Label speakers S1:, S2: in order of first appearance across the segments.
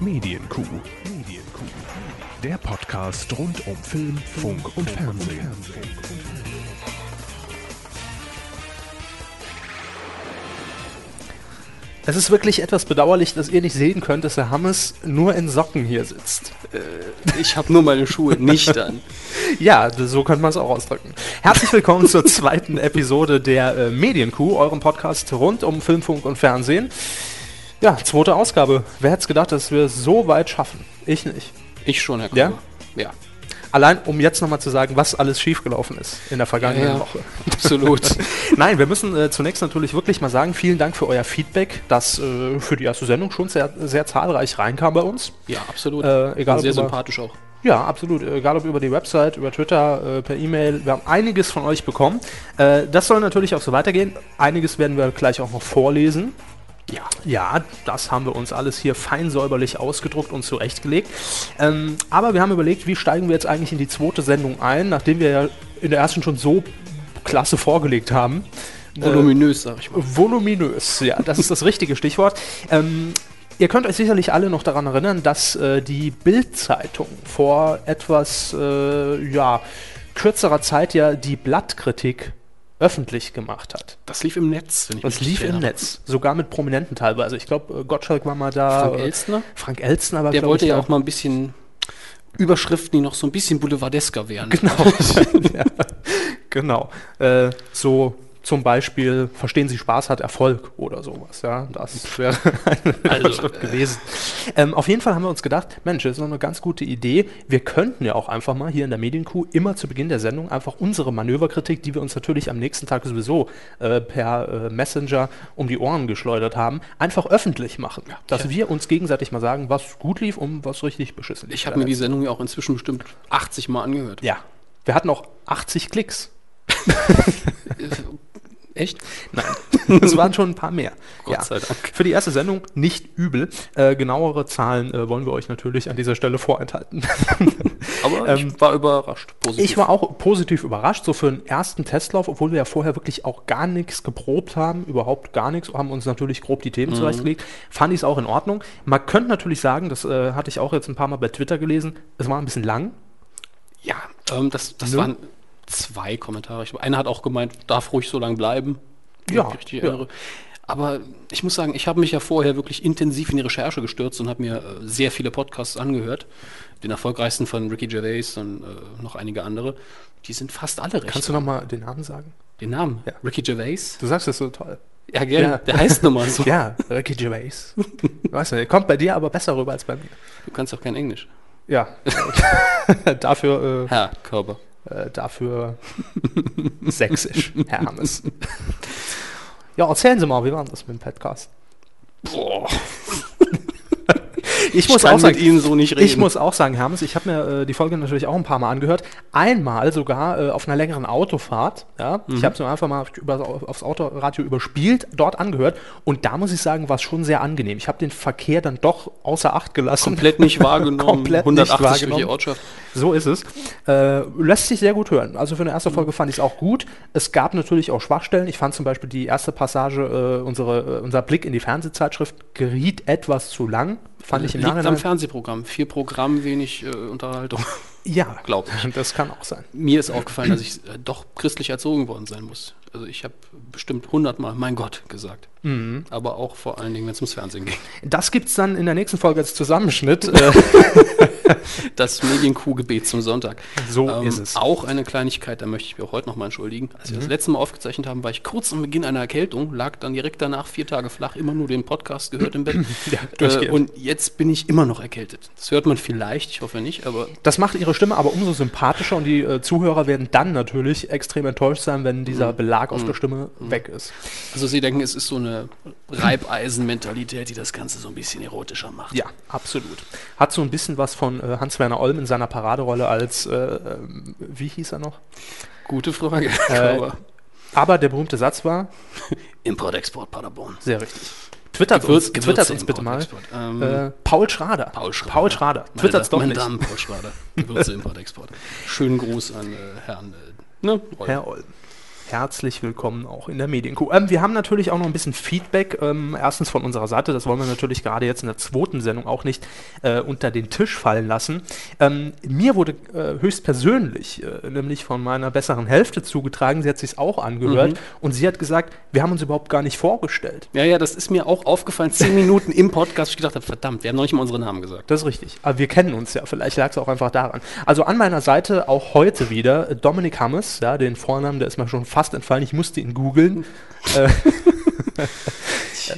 S1: Medienkuh. Medienkuh. Der Podcast rund um Film, Funk und Fernsehen.
S2: Es ist wirklich etwas bedauerlich, dass ihr nicht sehen könnt, dass der Hammes nur in Socken hier sitzt.
S3: Ich habe nur meine Schuhe nicht an.
S2: Ja, so könnte man es auch ausdrücken. Herzlich willkommen zur zweiten Episode der äh, Medienkuh, eurem Podcast rund um Film, Funk und Fernsehen. Ja, zweite Ausgabe. Wer hätte es gedacht, dass wir es so weit schaffen? Ich nicht.
S3: Ich schon, Herr
S2: Ja?
S3: Krüger. Ja,
S2: Allein, um jetzt nochmal zu sagen, was alles schiefgelaufen ist in der vergangenen
S3: Ja, ja.
S2: Woche.
S3: absolut.
S2: Nein, wir müssen äh, zunächst natürlich wirklich mal sagen, vielen Dank für euer Feedback, das äh, für die erste Sendung schon sehr, sehr zahlreich reinkam bei uns.
S3: ja, absolut.
S2: Äh, egal,
S3: Und sehr
S2: ob über-
S3: sympathisch auch.
S2: Ja, absolut. Egal ob über die Website, über Twitter, äh, per E-Mail. Wir haben einiges von euch bekommen. Äh, das soll natürlich auch so weitergehen. Einiges werden wir gleich auch noch vorlesen.
S3: Ja.
S2: Ja, das haben wir uns alles hier fein säuberlich ausgedruckt und zurechtgelegt. Ähm, aber wir haben überlegt, wie steigen wir jetzt eigentlich in die zweite Sendung ein, nachdem wir ja in der ersten schon so klasse vorgelegt haben.
S3: Äh, Voluminös, sag ich mal.
S2: Voluminös, ja, das ist das richtige Stichwort. Ähm, ihr könnt euch sicherlich alle noch daran erinnern, dass äh, die Bild-Zeitung vor etwas äh, ja, kürzerer Zeit ja die Blattkritik öffentlich gemacht hat.
S3: Das lief im Netz, wenn ich
S2: Das
S3: mich
S2: lief
S3: richtig
S2: im
S3: erinnere.
S2: Netz, sogar mit Prominenten teilweise. Ich glaube, äh, Gottschalk war mal da.
S3: Frank
S2: äh,
S3: Elstner,
S2: Frank Elstner war,
S3: der
S2: glaub
S3: wollte
S2: ich,
S3: also ja
S2: da.
S3: auch mal ein bisschen Überschriften, die noch so ein bisschen boulevardesker wären.
S2: Genau. ja, genau. Äh, so zum Beispiel, verstehen Sie, Spaß hat Erfolg oder sowas. Ja, das wäre eine
S3: Also,
S2: also, gewesen. Ähm, auf jeden Fall haben wir uns gedacht, Mensch, das ist noch eine ganz gute Idee. Wir könnten ja auch einfach mal hier in der Medienkuh immer zu Beginn der Sendung einfach unsere Manöverkritik, die wir uns natürlich am nächsten Tag sowieso äh, per äh, Messenger um die Ohren geschleudert haben, einfach öffentlich machen. dass
S3: tja.
S2: wir uns gegenseitig mal sagen, was gut lief und was richtig beschissen lief.
S3: Ich habe mir die Sendung ja auch inzwischen bestimmt 80 Mal angehört.
S2: Ja. Wir hatten auch 80 Klicks.
S3: Echt?
S2: Es waren schon ein paar mehr.
S3: Gott sei Dank.
S2: Für die erste Sendung nicht übel. Äh, genauere Zahlen äh, wollen wir euch natürlich an dieser Stelle vorenthalten.
S3: Aber
S2: Ähm,
S3: ich war überrascht. Positiv.
S2: Ich war auch positiv überrascht, so für den ersten Testlauf, obwohl wir ja vorher wirklich auch gar nichts geprobt haben, überhaupt gar nichts, haben uns natürlich grob die Themen zurechtgelegt, fand ich es auch in Ordnung. Man könnte natürlich sagen, das äh, hatte ich auch jetzt ein paar Mal bei Twitter gelesen, es war ein bisschen lang.
S3: Ja, ähm, das, das
S2: Ne?
S3: waren zwei Kommentare. Ich, einer hat auch gemeint, darf ruhig so lange bleiben. wenn
S2: Ja,
S3: ich mich richtig
S2: ja.
S3: erinnere. Aber ich muss sagen, ich habe mich ja vorher wirklich intensiv in die Recherche gestürzt und habe mir äh, sehr viele Podcasts angehört. Den erfolgreichsten von Ricky Gervais und äh, noch einige andere. Die sind fast alle recht.
S2: Kannst du nochmal den Namen sagen?
S3: den Namen?
S2: Ja.
S3: Ricky Gervais?
S2: Du sagst das so toll.
S3: Ja, gell,
S2: Ja.
S3: der heißt nochmal so.
S2: Ja, Ricky Gervais. weißt du, kommt bei dir aber besser rüber als bei mir.
S3: Du kannst auch kein Englisch.
S2: Ja. dafür,
S3: Herr Körber.
S2: äh, äh, dafür sächsisch, Herr Hammes. Ja, erzählen Sie mal, wie war das mit dem Podcast?
S3: Boah,
S2: Ich
S3: ich muss
S2: muss auch
S3: kann mit
S2: sagen,
S3: Ihnen so nicht reden.
S2: ich muss auch sagen, Hermes, ich habe mir äh, die Folge natürlich auch ein paar Mal angehört. Einmal sogar äh, auf einer längeren Autofahrt. Ja? Ich habe es einfach mal über, aufs Autoradio überspielt, dort angehört. Und da muss ich sagen, war es schon sehr angenehm. Ich habe den Verkehr dann doch außer Acht gelassen.
S3: komplett nicht wahrgenommen.
S2: Komplett nicht
S3: 180 durch die
S2: wahrgenommen.
S3: Ortschaft.
S2: So ist es. Äh, lässt sich sehr gut hören. Also für eine erste Folge fand ich es auch gut. Es gab natürlich auch Schwachstellen. Ich fand zum Beispiel die erste Passage, äh, unsere, äh, unser Blick in die Fernsehzeitschrift geriet etwas zu lang. Fand ich im
S3: Liegt am
S2: Nachhinein.
S3: Fernsehprogramm. Viel Programm, wenig äh, Unterhaltung.
S2: Ja,
S3: Glaub ich.
S2: Das kann auch sein.
S3: Mir ist aufgefallen, dass ich äh, doch christlich erzogen worden sein muss. Also ich habe bestimmt hundertmal mein Gott gesagt.
S2: Mhm.
S3: Aber auch vor allen Dingen, wenn es ums Fernsehen ging.
S2: Das gibt's dann in der nächsten Folge als Zusammenschnitt. Äh,
S3: Das Medienkuhgebet zum Sonntag.
S2: So
S3: Ähm,
S2: ist es. Mhm.
S3: Auch eine Kleinigkeit, da möchte ich mich auch heute nochmal entschuldigen. Als wir das letzte Mal aufgezeichnet haben, war ich kurz am Beginn einer Erkältung, lag dann direkt danach vier Tage flach, immer nur den Podcast gehört im Bett.
S2: Ja,
S3: äh,
S2: durchgehend.
S3: und jetzt bin ich immer noch erkältet. Das hört man vielleicht, ich hoffe nicht, aber
S2: Das macht ihre Stimme aber umso sympathischer und die äh, Zuhörer werden dann natürlich extrem enttäuscht sein, wenn dieser
S3: Mhm.
S2: Belag auf der Stimme weg ist.
S3: Also Sie denken, es ist so eine Reibeisenmentalität, die das Ganze so ein bisschen erotischer macht.
S2: Ja, absolut. Hat so ein bisschen was von äh, Hans-Werner Olm in seiner Paraderolle als, äh, ähm, wie hieß er noch?
S3: Gute Frage.
S2: Äh,
S3: Aber
S2: Aber der berühmte Satz war,
S3: Import-Export Paderborn.
S2: sehr richtig. Twittert uns, twittert uns bitte mal.
S3: Ähm,
S2: Äh, Paul Schrader.
S3: Paul Schrader.
S2: Paul Schrader.
S3: Meine
S2: Twittert's
S3: Damen-
S2: doch
S3: meine
S2: nicht.
S3: Damen, Paul Schrader. Gewürze Import-Export. Schönen Gruß an äh, Herrn äh, ne? Rolf.
S2: Herr Olm. herzlich willkommen auch in der Medienkuh. Ähm, wir haben natürlich auch noch ein bisschen Feedback. Ähm, erstens von unserer Seite, das wollen wir natürlich gerade jetzt in der zweiten Sendung auch nicht äh, unter den Tisch fallen lassen. Ähm, mir wurde äh, höchstpersönlich, äh, nämlich von meiner besseren Hälfte zugetragen, sie hat sich auch angehört
S3: Mhm.
S2: und sie hat gesagt, wir haben uns überhaupt gar nicht vorgestellt.
S3: Ja, ja, das ist mir auch aufgefallen. Zehn Minuten im Podcast, ich gedacht habe, verdammt, wir haben noch nicht mal unsere Namen gesagt.
S2: Das ist richtig. Aber wir kennen uns ja. Vielleicht lag es auch einfach daran. Also an meiner Seite auch heute wieder äh, Dominik Hammes. Ja, den Vornamen, der ist mir schon fast entfallen. Ich musste ihn googeln. äh,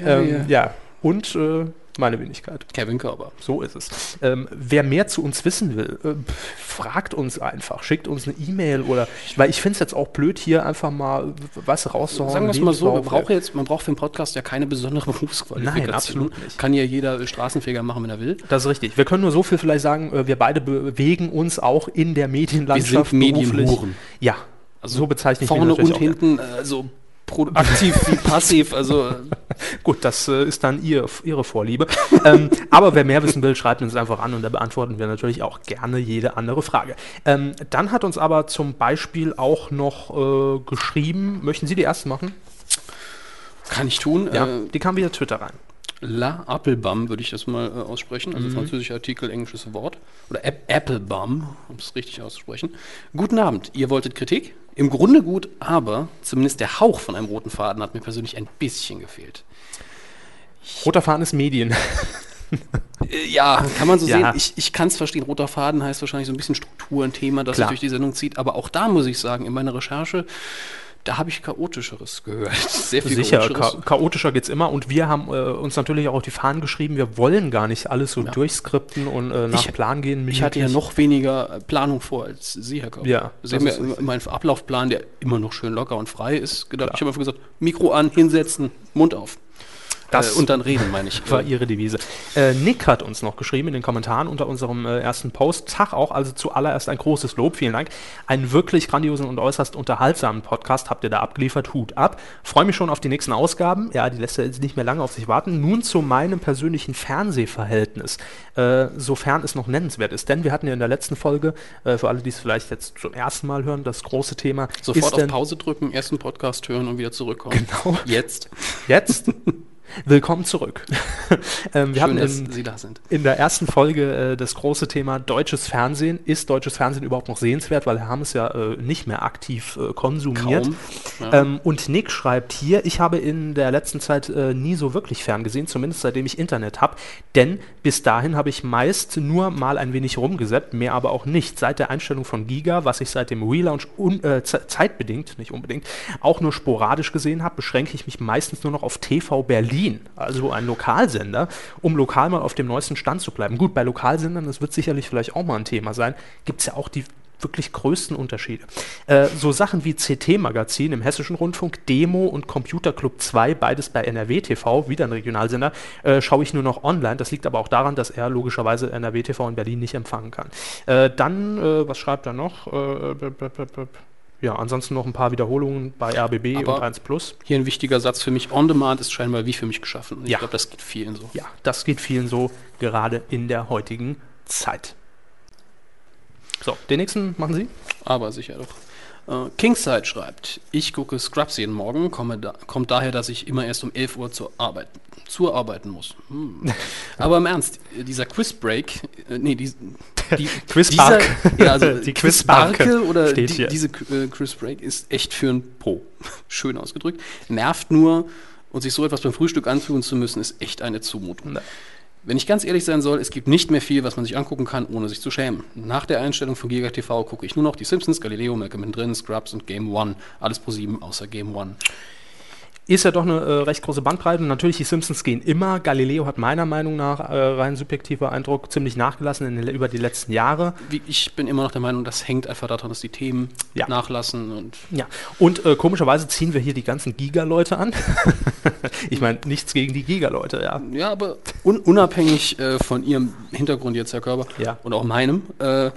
S2: ähm, ja. Und äh, meine Wenigkeit.
S3: Kevin Körber.
S2: So ist es. Ähm, wer mehr zu uns wissen will, äh, pf, fragt uns einfach, schickt uns eine E-Mail oder, weil ich finde es jetzt auch blöd, hier einfach mal was rauszuhauen.
S3: Sagen wir es mal so, man
S2: Lebenslauf.
S3: braucht, jetzt, man braucht für einen Podcast ja keine besondere Berufsqualifikation.
S2: Nein, absolut nicht.
S3: Kann ja jeder äh, Straßenfeger machen, wenn er will.
S2: Das ist richtig. Wir können nur so viel vielleicht sagen, äh, wir beide bewegen uns auch in der Medienlandschaft
S3: Wir sind Medienhuren.
S2: Ja, also so bezeichne ich mich
S3: Vorne
S2: natürlich
S3: und
S2: auch gerne.
S3: hinten, äh, so pro- aktiv wie passiv, also äh,
S2: Gut, das äh, ist dann ihr, Ihre Vorliebe. ähm, aber wer mehr wissen will, schreibt uns einfach an und da beantworten wir natürlich auch gerne jede andere Frage. Ähm, dann hat uns aber zum Beispiel auch noch äh, geschrieben, möchten Sie die erste machen?
S3: kann ich tun.
S2: Ja,
S3: Äh,
S2: die kam wieder Twitter rein.
S3: La Applebaum würde ich das mal äh, aussprechen.
S2: Mhm.
S3: Also französischer Artikel, englisches Wort. Oder App Applebaum, um es richtig auszusprechen. Guten Abend. Ihr wolltet Kritik? Im Grunde gut, aber zumindest der Hauch von einem roten Faden hat mir persönlich ein bisschen gefehlt.
S2: Roter Faden ist Medien.
S3: Äh, ja, kann man so
S2: Ja.
S3: sehen. Ich, ich kann es verstehen. Roter Faden heißt wahrscheinlich so ein bisschen Struktur, ein Thema, das sich
S2: Klar.
S3: durch die Sendung zieht. Aber auch da muss ich sagen, in meiner Recherche, da habe ich chaotischeres gehört. Sehr viel
S2: Sicher,
S3: chaotischeres.
S2: äh, cha chaotischer geht's immer. Und wir haben äh, uns natürlich auch auf die Fahnen geschrieben, wir wollen gar nicht alles so durchskripten und äh, nach
S3: Ich-
S2: Plan gehen.
S3: Ich hatte ja
S2: minütlich.
S3: noch weniger äh, Planung vor als Sie, Herr Körper.
S2: Ja,
S3: Sie
S2: das
S3: haben
S2: ist
S3: ja
S2: richtig.
S3: meinen Ablaufplan, der immer noch schön locker und frei ist, gedacht. Ich habe einfach gesagt, Mikro an, hinsetzen, Mund auf. Äh,
S2: Das-
S3: und dann reden, meine ich.
S2: war ihre Devise. Äh, Nick hat uns noch geschrieben in den Kommentaren unter unserem äh, ersten Post. Tag auch, also zuallererst ein großes Lob, vielen Dank. Einen wirklich grandiosen und äußerst unterhaltsamen Podcast habt ihr da abgeliefert. Hut ab. Freue mich schon auf die nächsten Ausgaben. Ja, die lässt ja jetzt nicht mehr lange auf sich warten. Nun zu meinem persönlichen Fernsehverhältnis, äh, sofern es noch nennenswert ist. Denn wir hatten ja in der letzten Folge, äh, für alle, die es vielleicht jetzt zum ersten Mal hören, das große Thema.
S3: Sofort
S2: ist
S3: auf Pause drücken, ersten Podcast hören und wieder zurückkommen.
S2: Genau.
S3: Jetzt.
S2: Jetzt. Willkommen zurück. ähm, wir
S3: Schön,
S2: hatten
S3: dass
S2: in,
S3: Sie da sind.
S2: in der ersten Folge äh, das große Thema deutsches Fernsehen. Ist deutsches Fernsehen überhaupt noch sehenswert? Weil wir haben es ja äh, nicht mehr aktiv äh, konsumiert.
S3: Kaum. Ja.
S2: Ähm, und Nick schreibt hier, ich habe in der letzten Zeit äh, nie so wirklich ferngesehen, zumindest seitdem ich Internet habe. Denn bis dahin habe ich meist nur mal ein wenig rumgesäppt, mehr aber auch nicht. Seit der Einstellung von Giga, was ich seit dem Relaunch un, äh, ze- zeitbedingt, nicht unbedingt, auch nur sporadisch gesehen habe, beschränke ich mich meistens nur noch auf TV Berlin, also ein Lokalsender, um lokal mal auf dem neuesten Stand zu bleiben. Gut, bei Lokalsendern, das wird sicherlich vielleicht auch mal ein Thema sein, gibt es ja auch die wirklich größten Unterschiede. Äh, so Sachen wie CT-Magazin im Hessischen Rundfunk, Demo und Computerclub 2, beides bei NRW TV, wieder ein Regionalsender, äh, schaue ich nur noch online. Das liegt aber auch daran, dass er logischerweise NRW TV in Berlin nicht empfangen kann. Äh, dann, äh, was schreibt er noch? Äh, b- b- b- b- ja, ansonsten noch ein paar Wiederholungen bei RBB
S3: Aber-
S2: und 1 Plus.
S3: Hier ein wichtiger Satz für mich. On Demand ist scheinbar wie für mich geschaffen. Ich
S2: Ja.
S3: glaube, das geht vielen so.
S2: Ja, das geht vielen so, gerade in der heutigen Zeit. So, den nächsten machen Sie.
S3: Aber sicher doch. Äh, Kingside schreibt, ich gucke Scrubs jeden Morgen, komme da, kommt daher, dass ich immer erst um 11 Uhr zur Arbeit, zur Arbeiten muss. Hm. Aber im Ernst, äh, dieser Quizbreak, äh, nee, die, die
S2: Quizbark.
S3: dieser- Ja, also
S2: Die
S3: die
S2: Quizbarke
S3: Quizbarke oder
S2: steht
S3: die,
S2: hier.
S3: diese äh, Quizbreak ist echt für ein Po. Schön ausgedrückt. Nervt nur und sich so etwas beim Frühstück antun zu müssen, ist echt eine Zumutung.
S2: Na.
S3: Wenn ich ganz ehrlich sein soll, es gibt nicht mehr viel, was man sich angucken kann, ohne sich zu schämen. Nach der Einstellung von Giga TV gucke ich nur noch die Simpsons, Galileo, Malcolm mittendrin, Scrubs und Game One. Alles pro sieben außer Game One.
S2: ist ja doch eine äh, recht große Bandbreite. Und natürlich, die Simpsons gehen immer. Galileo hat meiner Meinung nach, äh, rein subjektiver Eindruck, ziemlich nachgelassen in den, über die letzten Jahre.
S3: Wie, ich bin immer noch der Meinung, das hängt einfach daran, dass die Themen
S2: Ja.
S3: nachlassen und
S2: Ja. Und äh, komischerweise ziehen wir hier die ganzen Giga-Leute an. ich meine, nichts gegen die Giga-Leute, ja.
S3: ja, aber un unabhängig äh, von ihrem Hintergrund jetzt, Herr Körber,
S2: Ja.
S3: und auch meinem, äh,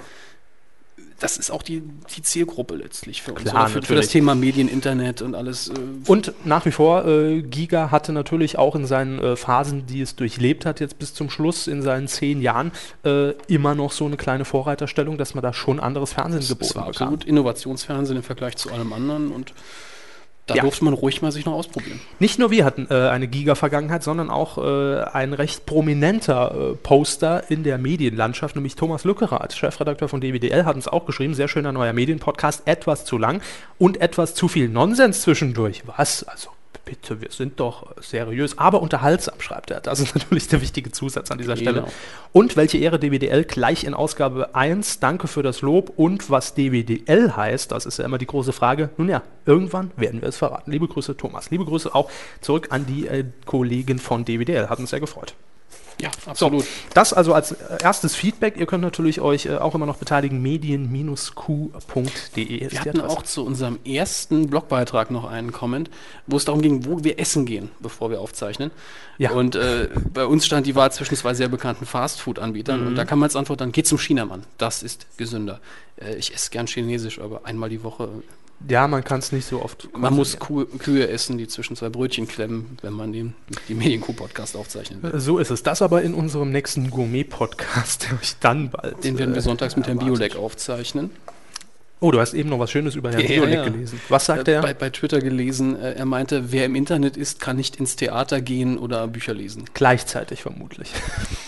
S3: das ist auch die, die Zielgruppe letztlich für uns.
S2: Klar,
S3: für, für das
S2: natürlich.
S3: Thema Medien, Internet und alles. Äh,
S2: Und nach wie vor, äh, Giga hatte natürlich auch in seinen äh, Phasen, die es durchlebt hat, jetzt bis zum Schluss, in seinen zehn Jahren, äh, immer noch so eine kleine Vorreiterstellung, dass man da schon anderes Fernsehen
S3: es
S2: geboten
S3: war
S2: bekam.
S3: absolut Innovationsfernsehen im Vergleich zu allem anderen und Da
S2: Ja.
S3: durfte man ruhig mal sich noch ausprobieren.
S2: Nicht nur wir hatten äh, eine Giga-Vergangenheit, sondern auch äh, ein recht prominenter äh, Poster in der Medienlandschaft, nämlich Thomas Lückerer als Chefredakteur von DWDL, hat uns auch geschrieben, sehr schöner neuer Medienpodcast, etwas zu lang und etwas zu viel Nonsens zwischendurch. Was? Also bitte, wir sind doch äh, seriös, aber unterhaltsam, schreibt er. Das ist natürlich der wichtige Zusatz an dieser Stelle.
S3: Genau.
S2: Und welche Ehre DWDL gleich in Ausgabe 1. Danke für das Lob. Und was DWDL heißt, das ist ja immer die große Frage. Nun ja, irgendwann werden wir es verraten. Liebe Grüße, Thomas. Liebe Grüße auch zurück an die äh, Kollegen von DWDL. Hat uns sehr gefreut.
S3: Ja,
S2: So,
S3: absolut.
S2: das also als äh, erstes Feedback. Ihr könnt natürlich euch äh, auch immer noch beteiligen. Medien-q.de E ist
S3: Wir
S2: die
S3: hatten
S2: Adresse.
S3: auch zu unserem ersten Blogbeitrag noch einen Comment, wo es darum ging, wo wir essen gehen, bevor wir aufzeichnen.
S2: Ja.
S3: Und äh, bei uns stand die Wahl zwischen zwei sehr bekannten
S2: Mhm.
S3: Fastfood-Anbietern. Und da kann man als Antwort dann, geh zum Chinamann. Das ist gesünder. Äh, ich esse gern Chinesisch, aber einmal die Woche.
S2: Ja, man kann es nicht so oft.
S3: Man muss
S2: konsumieren.
S3: Kuh, Kühe essen, die zwischen zwei Brötchen klemmen, wenn man den, die Medienkuh-Podcast aufzeichnen will.
S2: So ist es. Das aber in unserem nächsten Gourmet-Podcast, der euch dann bald.
S3: Den werden wir
S2: äh,
S3: sonntags mit Herrn
S2: erwartet.
S3: Biolek aufzeichnen.
S2: Oh, du hast eben noch was Schönes über Herrn
S3: Ja,
S2: Biolek
S3: ja.
S2: gelesen. Was sagt
S3: Äh,
S2: er?
S3: Bei, bei Twitter gelesen, äh, er meinte, wer im Internet ist, kann nicht ins Theater gehen oder Bücher lesen.
S2: Gleichzeitig vermutlich.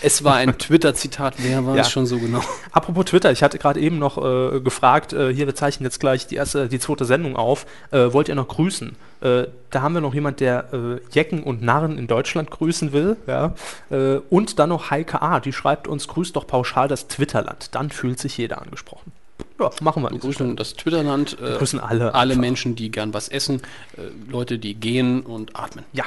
S3: Es war ein Twitter-Zitat, wer war
S2: Ja.
S3: es schon so genau?
S2: Apropos Twitter, ich hatte gerade eben noch äh, gefragt, äh, hier, wir zeichnen jetzt gleich die erste, die zweite Sendung auf. Äh, wollt ihr noch grüßen? Äh, da haben wir noch jemand, der äh, Jecken und Narren in Deutschland grüßen will. Ja? Äh, und dann noch Heike A., die schreibt uns, grüßt doch pauschal das Twitterland. Dann fühlt sich jeder angesprochen. Ja, machen wir. an
S3: Wir
S2: dieser
S3: grüßen das Twitterland,
S2: Stelle.
S3: äh,
S2: grüßen alle.
S3: alle
S2: einfach.
S3: Menschen, die gern was essen, äh, Leute, die gehen und atmen.
S2: Ja.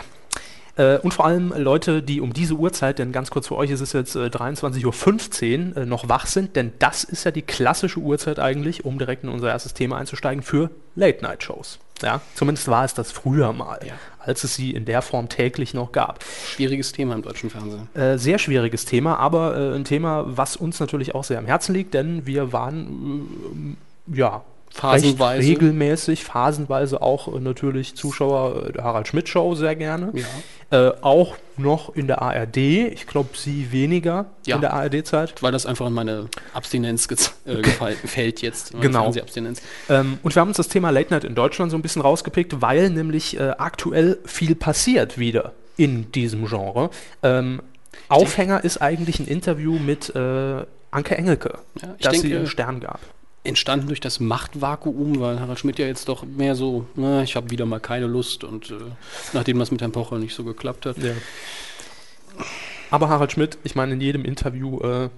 S2: Äh, Und vor allem Leute, die um diese Uhrzeit, denn ganz kurz für euch, es ist jetzt äh, 23.15 Uhr, äh, noch wach sind, denn das ist ja die klassische Uhrzeit eigentlich, um direkt in unser erstes Thema einzusteigen für Late-Night-Shows. Ja, zumindest war es das früher mal,
S3: Ja.
S2: als es sie in der Form täglich noch gab.
S3: Schwieriges Thema im deutschen Fernsehen.
S2: Äh, sehr schwieriges Thema, aber äh, ein Thema, was uns natürlich auch sehr am Herzen liegt, denn wir waren, äh, ja, recht
S3: Phasenweise.
S2: regelmäßig, phasenweise auch äh, natürlich Zuschauer äh, der Harald Schmidt Show sehr gerne.
S3: Ja.
S2: Äh, auch noch in der ARD, ich glaube sie weniger
S3: Ja.
S2: in der ARD-Zeit.
S3: Weil das einfach in meine Abstinenz gez- äh, gefall- fällt jetzt. in meine
S2: Genau.
S3: Fernsehabstinenz.
S2: Ähm, und wir haben uns das Thema Late Night in Deutschland so ein bisschen rausgepickt, weil nämlich äh, aktuell viel passiert wieder in diesem Genre. Ähm, Aufhänger ist eigentlich ein Interview mit äh, Anke Engelke,
S3: Ja, ich
S2: das sie
S3: denke-
S2: im Stern gab.
S3: Entstanden durch das Machtvakuum, weil Harald Schmidt ja jetzt doch mehr so, na, ich habe wieder mal keine Lust und äh, nachdem das mit Herrn Pocher nicht so geklappt hat.
S2: Aber Harald Schmidt, ich meine, in jedem Interview äh,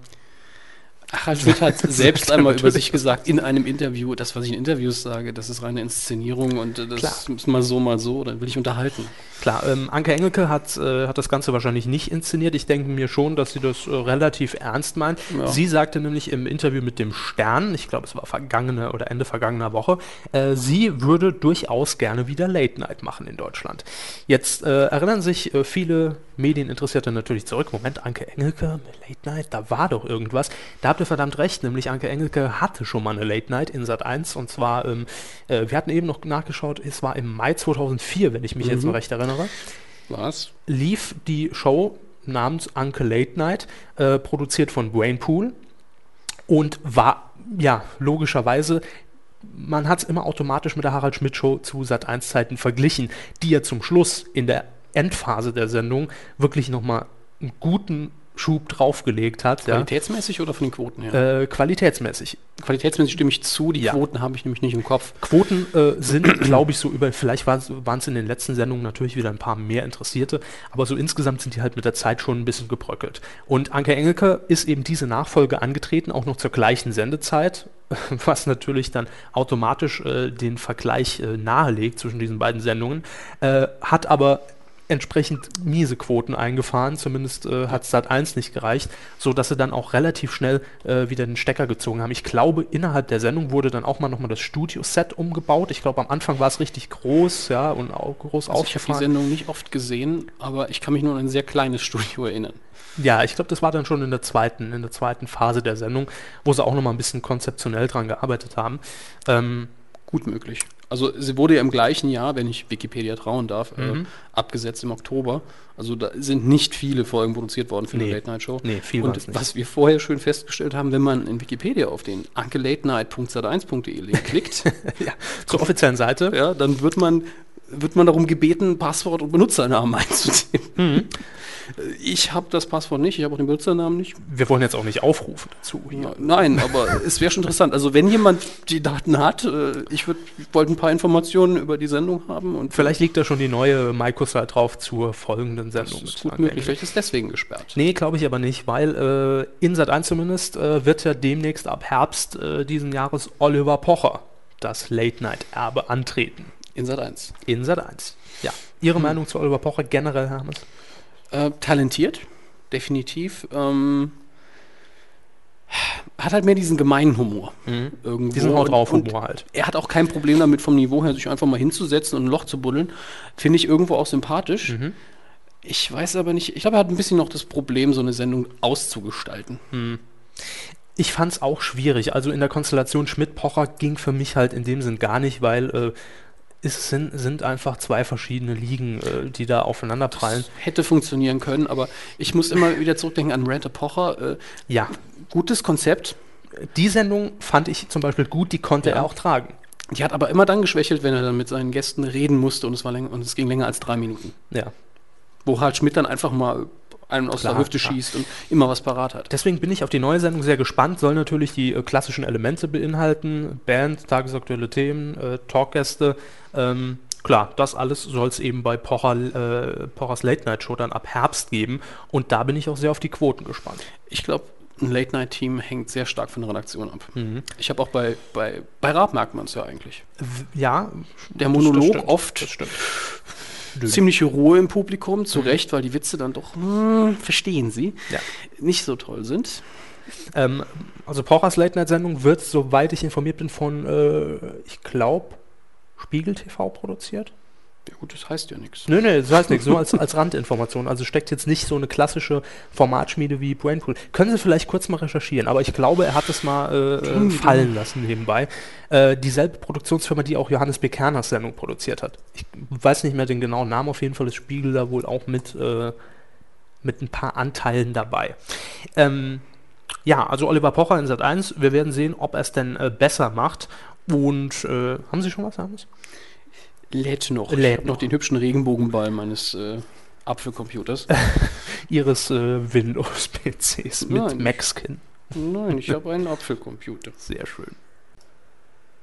S3: Harald Schmidt hat selbst
S2: sagt er
S3: einmal über
S2: natürlich.
S3: sich gesagt in einem Interview, das, was ich in Interviews sage, das ist reine Inszenierung und äh, das
S2: Klar.
S3: ist mal so, mal so, dann will ich unterhalten.
S2: Klar, ähm, Anke Engelke hat, äh, hat das Ganze wahrscheinlich nicht inszeniert. Ich denke mir schon, dass sie das äh, relativ ernst meint.
S3: Ja.
S2: Sie sagte nämlich im Interview mit dem Stern, ich glaube, es war vergangene oder Ende vergangener Woche, äh, sie würde durchaus gerne wieder Late Night machen in Deutschland. Jetzt äh, erinnern sich äh, viele Medieninteressierte natürlich zurück. Moment, Anke Engelke, Late Night, da war doch irgendwas. Da habt ihr verdammt recht, nämlich Anke Engelke hatte schon mal eine Late Night in Sat 1 und zwar, ähm, äh, wir hatten eben noch nachgeschaut, es war im Mai 2004, wenn ich mich jetzt noch recht erinnere
S3: Was?
S2: lief die Show namens Uncle Late Night, äh, produziert von Brain Pool und war, ja, logischerweise, man hat es immer automatisch mit der Harald Schmidt Show zu Sat1-Zeiten verglichen, die ja zum Schluss in der Endphase der Sendung wirklich nochmal einen guten Schub draufgelegt hat. Ja.
S3: Qualitätsmäßig oder von den Quoten her?
S2: Äh, qualitätsmäßig.
S3: Qualitätsmäßig stimme ich zu, die
S2: ja.
S3: Quoten habe ich nämlich nicht im Kopf.
S2: Quoten äh, sind, glaube ich, so über, vielleicht waren es in den letzten Sendungen natürlich wieder ein paar mehr Interessierte, aber so insgesamt sind die halt mit der Zeit schon ein bisschen gebröckelt. Und Anke Engelke ist eben diese Nachfolge angetreten, auch noch zur gleichen Sendezeit, was natürlich dann automatisch äh, den Vergleich äh, nahelegt zwischen diesen beiden Sendungen, äh, hat aber entsprechend miese Quoten eingefahren, zumindest äh, hat Sat 1 nicht gereicht, so dass sie dann auch relativ schnell äh, wieder den Stecker gezogen haben. Ich glaube, innerhalb der Sendung wurde dann auch mal nochmal das Studio-Set umgebaut. Ich glaube, am Anfang war es richtig groß, ja, und auch groß
S3: Also ich habe die
S2: ausgefahren.
S3: Sendung nicht oft gesehen, aber ich kann mich nur an ein sehr kleines Studio erinnern.
S2: Ja, ich glaube, das war dann schon in der zweiten, in der zweiten Phase der Sendung, wo sie auch nochmal ein bisschen konzeptionell dran gearbeitet haben. Ähm,
S3: Gut möglich. Also sie wurde ja im gleichen Jahr, wenn ich Wikipedia trauen darf,
S2: Mhm.
S3: äh, abgesetzt im Oktober. Also da sind nicht viele Folgen produziert worden für
S2: Nee.
S3: eine Late-Night-Show.
S2: Nee, viel waren's
S3: Und
S2: nicht.
S3: was wir vorher schön festgestellt haben, wenn man in Wikipedia auf den ankelatenight.sat1.de Link klickt,
S2: ja, zur offiziellen Seite.
S3: ja, dann wird man wird man darum gebeten, Passwort und Benutzernamen einzugeben.
S2: Mhm.
S3: Äh, Ich habe das Passwort nicht, ich habe auch den Benutzernamen nicht.
S2: Wir wollen jetzt auch nicht aufrufen dazu. Hier.
S3: Ja, Nein, aber es wäre schon interessant. Also wenn jemand die Daten hat, äh, ich würd- ich wollte ein paar Informationen über die Sendung haben und
S2: Vielleicht liegt da schon die neue Microsoft drauf zur folgenden Sendung.
S3: das ist
S2: mit
S3: gut
S2: dran,
S3: möglich.
S2: denke ich.
S3: Vielleicht ist deswegen gesperrt.
S2: Nee, glaube ich aber nicht, weil äh, Insat 1 zumindest äh, wird ja demnächst ab Herbst äh, diesen Jahres Oliver Pocher das Late-Night-Erbe antreten.
S3: Insat 1.
S2: Insat 1. Ja. Ihre Meinung zu Oliver Pocher generell, Hermes?
S3: Äh, talentiert, definitiv. Ähm, hat halt mehr diesen gemeinen Humor.
S2: Mhm.
S3: Irgendwo.
S2: Diesen Haut drauf
S3: und,
S2: Humor halt.
S3: er hat auch kein Problem damit, vom Niveau her sich einfach mal hinzusetzen und ein Loch zu buddeln. Finde ich irgendwo auch sympathisch.
S2: Mhm.
S3: Ich weiß aber nicht, ich glaube, er hat ein bisschen noch das Problem, so eine Sendung auszugestalten.
S2: Ich fand's auch schwierig. Also in der Konstellation Schmidt-Pocher ging für mich halt in dem Sinn gar nicht, weil äh, es sind, sind einfach zwei verschiedene Ligen, äh, die da aufeinander prallen.
S3: Hätte funktionieren können, aber ich muss immer wieder zurückdenken an Ranta Pocher. Äh,
S2: Ja,
S3: gutes Konzept.
S2: die Sendung fand ich zum Beispiel gut, die konnte er auch tragen.
S3: Die hat aber immer dann geschwächelt, wenn er dann mit seinen Gästen reden musste und es, war länger, und es ging länger als drei Minuten.
S2: Ja.
S3: Wo Harald Schmidt dann einfach mal einen aus
S2: Klar,
S3: der Hüfte
S2: klar.
S3: schießt und immer was parat hat.
S2: Deswegen bin ich auf die neue Sendung sehr gespannt. Soll natürlich die äh, klassischen Elemente beinhalten: Band, tagesaktuelle Themen, äh, Talkgäste. Ähm, klar, das alles soll es eben bei Pocher, äh, Pochers Late Night Show dann ab Herbst geben. Und da bin ich auch sehr auf die Quoten gespannt.
S3: Ich glaube, ein Late-Night-Team hängt sehr stark von der Redaktion ab. Ich habe auch bei, bei, bei Raab merkt man es ja eigentlich.
S2: W- Ja,
S3: Der
S2: das
S3: Monolog
S2: stimmt, das
S3: oft
S2: stimmt.
S3: ziemliche Ruhe im Publikum, zu Recht, weil die Witze dann doch, hm, verstehen Sie,
S2: Mhm. Ja.
S3: nicht so toll sind.
S2: Ähm, also Pochers Late Night Sendung wird, soweit ich informiert bin, von, äh, ich glaube, Spiegel TV produziert.
S3: Ja gut, das heißt ja nichts.
S2: Nö, nö, das heißt nichts, nur als, als Randinformation. Also steckt jetzt nicht so eine klassische Formatschmiede wie Brainpool. Können Sie vielleicht kurz mal recherchieren, aber ich glaube, er hat es mal äh, äh, fallen lassen nebenbei. Äh, dieselbe Produktionsfirma, die auch Johannes B. Kerners Sendung produziert hat. Ich weiß nicht mehr den genauen Namen, auf jeden Fall ist Spiegel da wohl auch mit, äh, mit ein paar Anteilen dabei. Ähm, ja, also Oliver Pocher in Sat 1, wir werden sehen, ob er es denn äh, besser macht. Und äh, haben Sie schon was, Hermes?
S3: Lädt noch.
S2: Lädt
S3: ich hab noch
S2: noch.
S3: den hübschen Regenbogenball meines äh, Apfelcomputers.
S2: ihres äh, Windows-PCs mit
S3: Nein.
S2: Mac-Skin.
S3: Nein, ich habe einen Apfelcomputer.
S2: Sehr schön.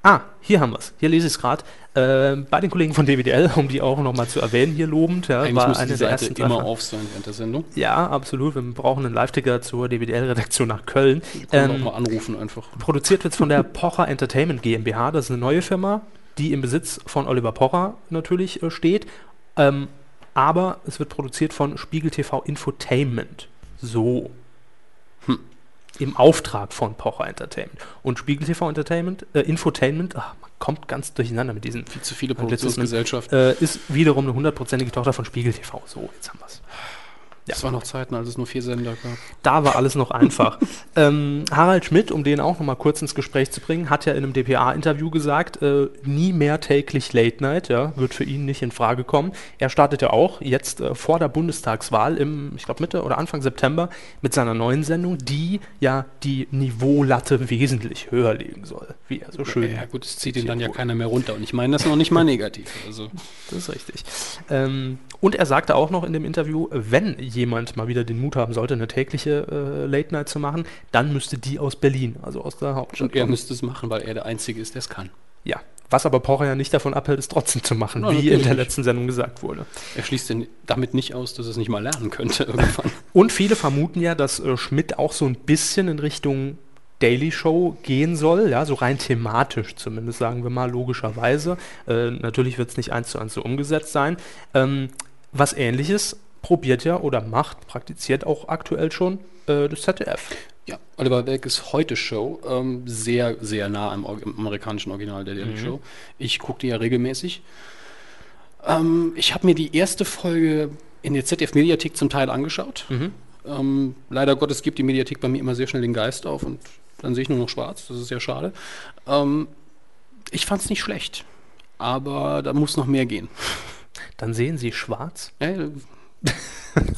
S2: Ah, hier haben wir es. Hier lese ich es gerade. Ähm, bei den Kollegen von DWDL, um die auch nochmal zu erwähnen, hier lobend, ja,
S3: Eigentlich
S2: war
S3: muss
S2: eine
S3: die
S2: der
S3: Seite
S2: ersten
S3: immer
S2: Treffer.
S3: auf sein während der Sendung.
S2: Ja, absolut. Wir brauchen einen Live-Ticker zur DWDL-Redaktion nach Köln.
S3: Können wir
S2: Ähm,
S3: auch mal anrufen einfach.
S2: Produziert wird es von der Pocher Entertainment GmbH. Das ist eine neue Firma, die im Besitz von Oliver Pocher natürlich äh, steht. Ähm, aber es wird produziert von Spiegel TV Infotainment. So. Im Auftrag von Pocher Entertainment. Und Spiegel TV Entertainment, äh, Infotainment, ach, man kommt ganz durcheinander mit diesen.
S3: Viel zu viele
S2: Und letztes Mal-
S3: Produktionsgesellschaften.
S2: Äh, ist wiederum eine hundertprozentige Tochter von Spiegel TV. So, jetzt haben wir es.
S3: Das waren noch Zeiten, als es nur vier Sender gab.
S2: Da war alles noch einfach. ähm, Harald Schmidt, um den auch noch mal kurz ins Gespräch zu bringen, hat ja in einem dpa-Interview gesagt, äh, nie mehr täglich Late Night, ja, wird für ihn nicht in Frage kommen. Er startet ja auch jetzt äh, vor der Bundestagswahl im, ich glaube Mitte oder Anfang September mit seiner neuen Sendung, die ja die Niveaulatte wesentlich höher legen soll, wie er so schön.
S3: Ja gut, es zieht ihn dann ja keiner mehr runter. Und ich meine das noch nicht mal negativ. Also
S2: Das ist richtig. Ähm, und er sagte auch noch in dem Interview, wenn jemand mal wieder den Mut haben sollte, eine tägliche äh, Late Night zu machen, dann müsste die aus Berlin, also aus der Hauptstadt.
S3: Und er
S2: kommen.
S3: müsste es machen, weil er der Einzige ist, der es kann.
S2: ja. Was aber Pocher ja nicht davon abhält, es trotzdem zu machen,
S3: Na,
S2: wie in
S3: Genau, natürlich
S2: der
S3: nicht.
S2: letzten Sendung gesagt wurde.
S3: Er schließt denn damit nicht aus, dass er es nicht mal lernen könnte irgendwann.
S2: Und viele vermuten ja, dass äh, Schmidt auch so ein bisschen in Richtung Daily Show gehen soll, ja, so rein thematisch zumindest, sagen wir mal, logischerweise. Äh, natürlich wird es nicht eins zu eins so umgesetzt sein. Ähm, was ähnliches probiert ja oder macht, praktiziert auch aktuell schon äh, das ZDF.
S3: ja, Oliver Welk ist heute Show ähm, sehr, sehr nah am, Or- am amerikanischen Original der Daily Show. Ich gucke die ja regelmäßig. Ähm, ich habe mir die erste Folge in der ZDF-Mediathek zum Teil angeschaut. Ähm, leider Gottes gibt die Mediathek bei mir immer sehr schnell den Geist auf und dann sehe ich nur noch schwarz. Das ist sehr schade. Ähm, ich fand es nicht schlecht, aber da muss noch mehr gehen.
S2: Dann sehen Sie schwarz.
S3: Ja,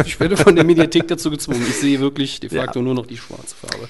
S3: Ich werde von der Mediathek dazu gezwungen. Ich sehe wirklich de facto nur noch die schwarze Farbe.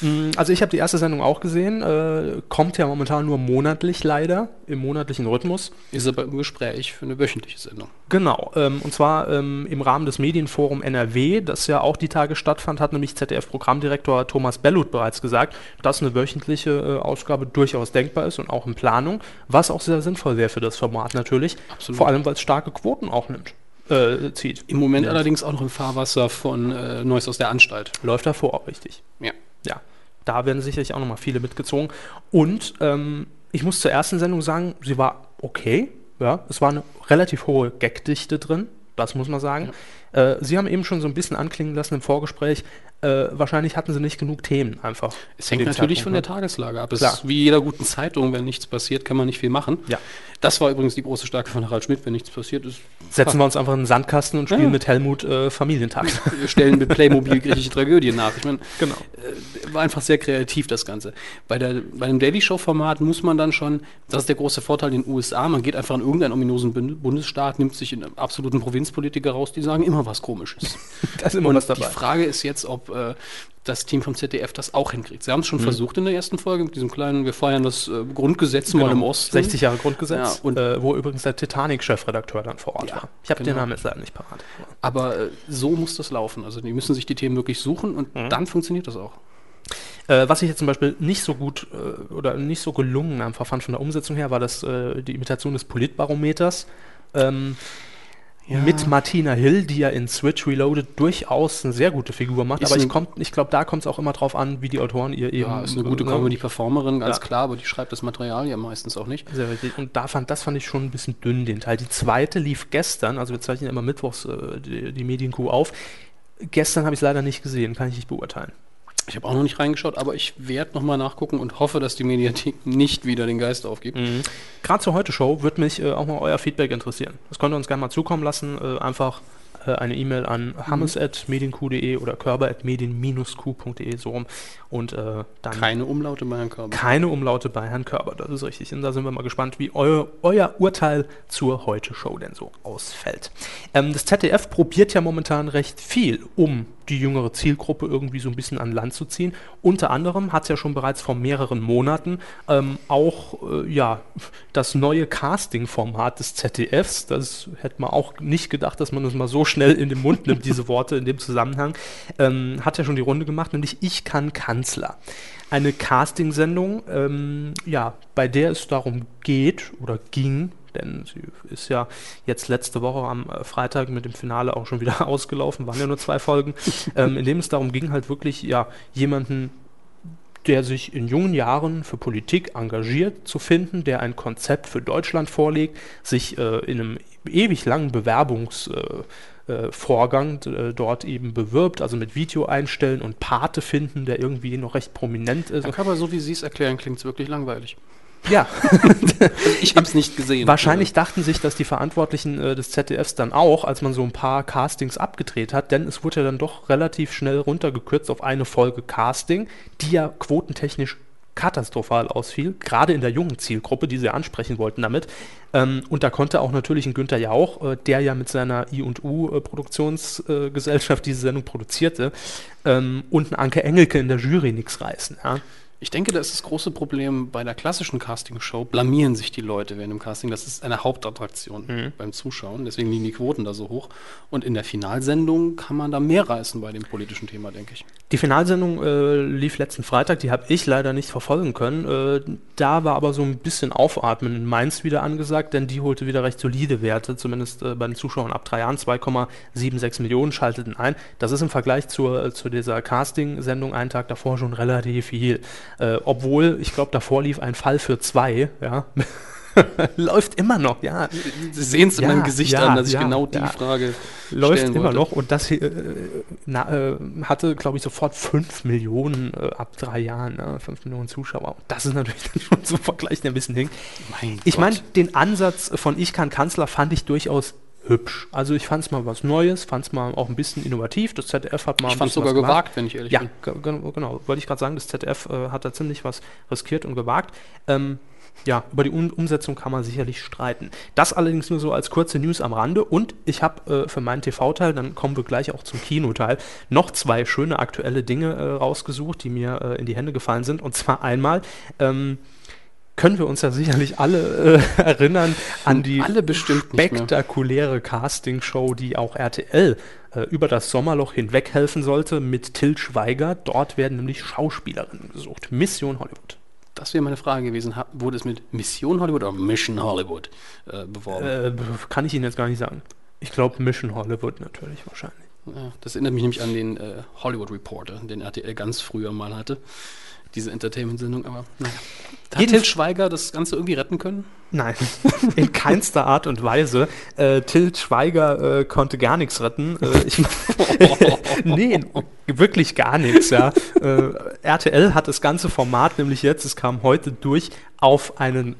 S2: Mm, Also ich habe die erste Sendung auch gesehen. Äh, kommt ja momentan nur monatlich leider, im monatlichen Rhythmus.
S3: Ist aber im Gespräch für eine wöchentliche Sendung.
S2: Genau, ähm, und zwar ähm, im Rahmen des Medienforum NRW, das ja auch die Tage stattfand, hat nämlich ZDF-Programmdirektor Thomas Bellut bereits gesagt, dass eine wöchentliche äh, Ausgabe durchaus denkbar ist und auch in Planung, was auch sehr sinnvoll wäre für das Format natürlich,
S3: Absolut.
S2: vor allem weil es starke Quoten auch nimmt, äh, zieht.
S3: Im Moment
S2: Ja.
S3: allerdings auch noch im Fahrwasser von äh, Neues aus der Anstalt.
S2: Läuft davor auch richtig.
S3: Ja.
S2: Ja, da werden sicherlich auch nochmal viele mitgezogen. Und ähm, ich muss zur ersten Sendung sagen, sie war okay. Ja, es war eine relativ hohe Gagdichte drin, das muss man sagen. Äh, sie haben eben schon so ein bisschen anklingen lassen im Vorgespräch. Äh, wahrscheinlich hatten sie nicht genug Themen einfach.
S3: Es
S2: zu
S3: hängt
S2: dem
S3: natürlich von der
S2: Zeitpunkt, ne?
S3: Tageslage ab. Es
S2: Klar.
S3: ist wie jeder guten Zeitung, wenn nichts passiert, kann man nicht viel machen.
S2: Ja.
S3: Das war übrigens die große Stärke von Harald Schmidt, wenn nichts passiert ist.
S2: ne? Setzen wir uns einfach in den Sandkasten und spielen
S3: Ja.
S2: mit Helmut äh, Familientag.
S3: Wir stellen mit Playmobil griechische Tragödien nach. Ich meine,
S2: genau.
S3: äh, war einfach sehr kreativ das Ganze. Bei, der, bei dem Daily Show Format muss man dann schon, das ist der große Vorteil in den USA, man geht einfach in irgendeinen ominosen Bund- Bundesstaat, nimmt sich einen absoluten Provinzpolitiker raus, die sagen immer was Komisches.
S2: Da ist immer
S3: Und
S2: was
S3: Die
S2: dabei.
S3: Frage ist jetzt, ob äh, das Team vom ZDF das auch hinkriegt. Sie haben es
S2: Mhm.
S3: schon versucht in der ersten Folge mit diesem kleinen, wir feiern das äh, Grundgesetz
S2: Genau,
S3: mal im Osten.
S2: 60 Jahre Grundgesetz,
S3: Ja, und-
S2: äh, wo übrigens der Titanic-Chefredakteur dann vor Ort
S3: Ja,
S2: war. Ich habe den
S3: genau.
S2: Namen jetzt leider nicht parat.
S3: Aber äh, so muss das laufen. Also die müssen sich die Themen wirklich suchen und
S2: Mhm.
S3: dann funktioniert das auch.
S2: Äh, was ich jetzt zum Beispiel nicht so gut äh, oder nicht so gelungen einfach fand von der Umsetzung her, war das äh, die Imitation des Politbarometers. Ähm, Mit Martina Hill, die ja in Switch Reloaded durchaus eine sehr gute Figur macht,
S3: Ist
S2: aber ich,
S3: ein-
S2: kommt- ich glaube, da kommt es auch immer drauf an, wie die Autoren ihr eben.
S3: ja, ist eine gute
S2: ne?
S3: Comedy-Performerin, ganz
S2: Ja.
S3: klar, aber die schreibt das Material ja meistens auch nicht.
S2: Sehr richtig. Und da fand, das fand ich schon ein bisschen dünn, den Teil. Die zweite lief gestern, also wir zeichnen ja immer mittwochs äh, die, die Medienkuh auf. Gestern habe ich es leider nicht gesehen, kann ich nicht beurteilen.
S3: Ich habe auch noch nicht reingeschaut, aber ich werde nochmal nachgucken und hoffe, dass die Mediathek nicht wieder den Geist aufgibt.
S2: Gerade zur Heute-Show würde mich äh, auch mal euer Feedback interessieren. Das könnt ihr uns gerne mal zukommen lassen. Äh, einfach äh, eine E-Mail an hammes.medienq.de oder körber.medien-q.de so rum. Und äh, dann
S3: Keine Umlaute bei Herrn Körber.
S2: keine Umlaute bei Herrn Körber, das ist richtig. Und da sind wir mal gespannt, wie eu euer Urteil zur Heute-Show denn so ausfällt. Ähm, das ZDF probiert ja momentan recht viel, um die jüngere Zielgruppe irgendwie so ein bisschen an Land zu ziehen. Unter anderem hat es ja schon bereits vor mehreren Monaten ähm, auch äh, ja, das neue Casting-Format des ZDFs, das hätte man auch nicht gedacht, dass man das mal so schnell in den Mund nimmt, diese Worte in dem Zusammenhang, ähm, hat ja schon die Runde gemacht, nämlich Ich kann Kanzler eine Casting-Sendung, ähm, ja, bei der es darum geht oder ging, denn sie ist ja jetzt letzte Woche am äh, Freitag mit dem Finale auch schon wieder ausgelaufen, waren ja nur zwei Folgen, ähm, in dem es darum ging, halt wirklich ja jemanden der sich in jungen Jahren für Politik engagiert zu finden, der ein Konzept für Deutschland vorlegt, sich äh, in einem ewig langen Bewerbungsvorgang äh, äh, Vorgang, äh, dort eben bewirbt, also mit Video einstellen und Pate finden, der irgendwie noch recht prominent ist.
S3: Herr Körber, so wie Sie es erklären, klingt es wirklich langweilig.
S2: Ja,
S3: Ich habe es nicht gesehen.
S2: wahrscheinlich dachten sich das die Verantwortlichen äh, des ZDFs dann auch, als man so ein paar Castings abgedreht hat, denn es wurde ja dann doch relativ schnell runtergekürzt auf eine Folge Casting, die ja quotentechnisch katastrophal ausfiel, gerade in der jungen Zielgruppe, die sie ansprechen wollten damit. Ähm, und da konnte auch natürlich ein Günther Jauch, äh, der ja mit seiner I&U-Produktionsgesellschaft äh, diese Sendung produzierte, ähm, und ein Anke Engelke in der Jury nichts reißen. Ja?
S3: Ich denke, das ist das große Problem bei der klassischen Castingshow. Blamieren sich die Leute während dem Casting. Das ist eine Hauptattraktion
S2: Mhm.
S3: beim Zuschauen. Deswegen liegen die Quoten da so hoch. Und in der Finalsendung kann man da mehr reißen bei dem politischen Thema, denke ich.
S2: Die Finalsendung äh, lief letzten Freitag, die habe ich leider nicht verfolgen können. Äh, da war aber so ein bisschen Aufatmen in Mainz wieder angesagt, denn die holte wieder recht solide Werte, zumindest äh, bei den Zuschauern ab drei Jahren. 2,76 Millionen schalteten ein. Das ist im Vergleich zur, äh, zu dieser Casting-Sendung einen Tag davor schon relativ viel. Äh, obwohl, ich glaube, davor lief ein Fall für zwei. Ja. Läuft immer noch, ja.
S3: Sie sehen es in
S2: Ja,
S3: meinem Gesicht
S2: ja,
S3: an, dass ich
S2: ja,
S3: genau die
S2: ja.
S3: Frage
S2: läuft
S3: stellen
S2: immer
S3: wollte.
S2: noch und das äh, na, äh, hatte, glaube ich, sofort 5 Millionen äh, ab drei Jahren, ne? 5 Millionen Zuschauer. Und das ist natürlich dann schon zum Vergleich ein bisschen hink.
S3: Mein
S2: Ich
S3: Gott.
S2: meine, den Ansatz von Ich kann Kanzler fand ich durchaus hübsch. Also ich fand es mal was Neues, fand es mal auch ein bisschen innovativ. Das ZDF hat mal
S3: ich
S2: ein
S3: fand es
S2: bisschen
S3: sogar
S2: was gemacht.
S3: gewagt, wenn ich ehrlich
S2: Ja,
S3: bin.
S2: ge- ge- genau. Wollte ich gerade sagen, das ZDF äh, hat da ziemlich was riskiert und gewagt. Ähm, Ja, über die um Umsetzung kann man sicherlich streiten. Das allerdings nur so als kurze News am Rande. Und ich habe äh, für meinen TV-Teil, dann kommen wir gleich auch zum Kinoteil, noch zwei schöne aktuelle Dinge äh, rausgesucht, die mir äh, in die Hände gefallen sind. Und zwar einmal ähm, können wir uns ja sicherlich alle äh, erinnern an die
S3: Alle bestimmt nicht mehr.
S2: spektakuläre Castingshow, die auch RTL äh, über das Sommerloch hinweg helfen sollte mit Till Schweiger. Dort werden nämlich Schauspielerinnen gesucht. Mission Hollywood.
S3: Das wäre meine Frage gewesen. Ha- Wurde es mit Mission Hollywood oder Mission Hollywood äh, beworben?
S2: Äh, kann ich Ihnen jetzt gar nicht sagen. Ich glaube Mission Hollywood natürlich wahrscheinlich.
S3: Ja, das erinnert mich nämlich an den äh, Hollywood Reporter, den RTL ganz früher mal hatte. Diese Entertainment-Sendung, aber naja. Hat
S2: Jeden-
S3: Till Schweiger das Ganze irgendwie retten können?
S2: Nein, in keinster Art und Weise. Äh, Till Schweiger äh, konnte gar nichts retten. Äh, ich, nee, wirklich gar nichts, ja. Äh, RTL hat das ganze Format nämlich jetzt, es kam heute durch, auf einen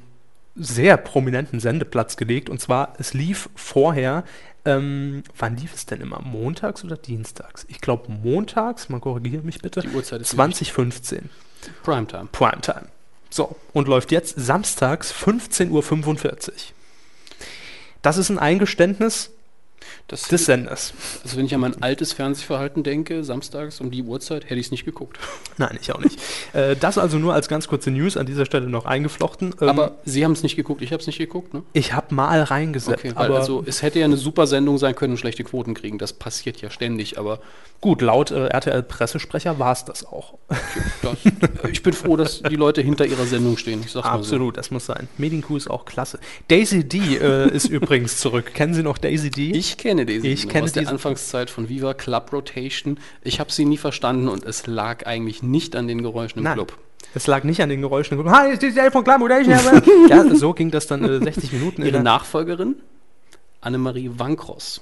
S2: sehr prominenten Sendeplatz gelegt. Und zwar, es lief vorher, ähm, wann lief es denn immer? Montags oder dienstags? Ich glaube montags, man korrigiere mich bitte.
S3: Die Uhrzeit ist
S2: 2015.
S3: nämlich Primetime.
S2: Primetime. So, und läuft jetzt samstags 15.45 Uhr. Das ist ein Eingeständnis
S3: Das,
S2: des Senders.
S3: also wenn ich an mein altes Fernsehverhalten denke, samstags um die Uhrzeit, hätte ich es nicht geguckt.
S2: Nein, ich auch nicht. Äh, das also nur als ganz kurze News an dieser Stelle noch eingeflochten. Ähm,
S3: Aber Sie haben es nicht geguckt, ich habe es nicht geguckt, ne?
S2: ich habe mal reingesetzt.
S3: Okay, weil
S2: aber
S3: also es hätte ja eine super Sendung sein können und schlechte Quoten kriegen. Das passiert ja ständig, aber
S2: gut, laut äh, RTL-Pressesprecher war es das auch.
S3: das, äh, ich bin froh, dass die Leute hinter ihrer Sendung stehen. Ich sag's mal
S2: Absolut, das muss sein. Medienkuh ist auch klasse. Daisy D äh, ist übrigens zurück. Kennen Sie noch Daisy D?
S3: so. Ich kenne diese
S2: Ich
S3: Sendung
S2: kenne
S3: aus der
S2: diese-
S3: Anfangszeit von Viva Club Rotation. Ich habe sie nie verstanden und es lag eigentlich nicht an den Geräuschen im
S2: Nein.
S3: Club.
S2: Es lag nicht an den Geräuschen. Hi, ist die von Climb Ja, so ging das dann äh, 60 Minuten. in
S3: Ihre
S2: der-
S3: Nachfolgerin? Annemarie Wankross.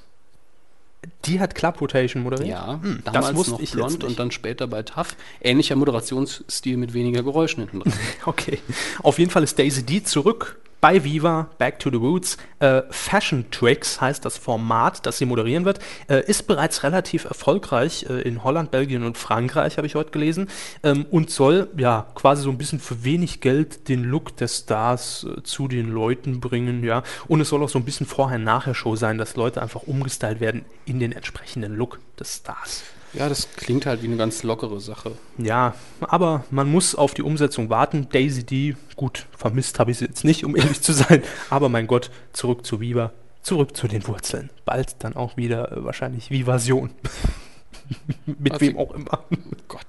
S2: Die hat Club Rotation moderiert?
S3: Ja,
S2: Hm,
S3: damals
S2: das wusste
S3: noch
S2: ich
S3: blond
S2: jetzt nicht.
S3: und dann später bei TAF. Ähnlicher Moderationsstil mit weniger Geräuschen hinten dran.
S2: Okay. Auf jeden Fall ist Daisy D zurück bei Viva, Back to the Roots. Äh, Fashion Tricks heißt das Format, das sie moderieren wird. Äh, ist bereits relativ erfolgreich äh, in Holland, Belgien und Frankreich, habe ich heute gelesen. Ähm, und soll ja quasi so ein bisschen für wenig Geld den Look der Stars äh, zu den Leuten bringen. ja. Und es soll auch so ein bisschen Vorher-Nachher-Show sein, dass Leute einfach umgestylt werden in den entsprechenden Look des Stars.
S3: ja, das klingt halt wie eine ganz lockere Sache.
S2: Ja, aber man muss auf die Umsetzung warten. Daisy D, gut, vermisst habe ich sie jetzt nicht, um ehrlich zu sein. Aber mein Gott, zurück zu Viva, zurück zu den Wurzeln. Bald dann auch wieder äh, wahrscheinlich Vivasion. Mit
S3: Was
S2: wem
S3: sie-
S2: auch immer.
S3: Oh Gott, oh Gott.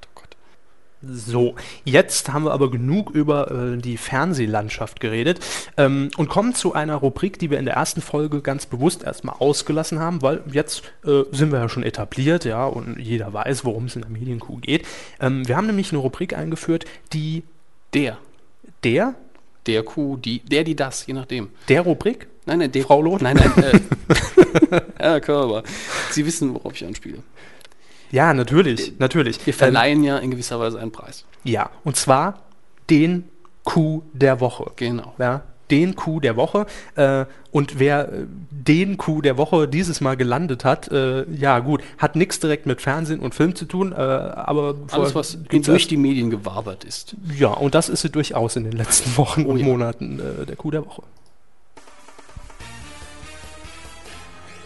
S2: So, jetzt haben wir aber genug über äh, die Fernsehlandschaft geredet ähm, und kommen zu einer Rubrik, die wir in der ersten Folge ganz bewusst erstmal ausgelassen haben, weil jetzt äh, sind wir ja schon etabliert, ja, und jeder weiß, worum es in der Medienkuh geht. Ähm, wir haben nämlich eine Rubrik eingeführt, die
S3: Der,
S2: der,
S3: der Kuh, die, der, die, das, je nachdem.
S2: der Rubrik,
S3: Nein, nein, der,
S2: Frau Loth?
S3: Nein, nein, äh, ja, Körper. Sie wissen, worauf ich anspiele.
S2: ja, natürlich, natürlich.
S3: Wir verleihen ja in gewisser Weise einen Preis.
S2: Ähm, ja, und zwar den Coup der Woche.
S3: Genau.
S2: ja, den Coup der Woche. Äh, und wer äh, den Coup der Woche dieses Mal gelandet hat, äh, ja gut, hat nichts direkt mit Fernsehen und Film zu tun, äh, aber
S3: Alles,
S2: vorher
S3: was in,
S2: gibt's
S3: durch die Medien gewabert ist.
S2: erst- ja, und das ist sie durchaus in den letzten Wochen und
S3: Oh ja.
S2: Monaten äh, der Coup der Woche.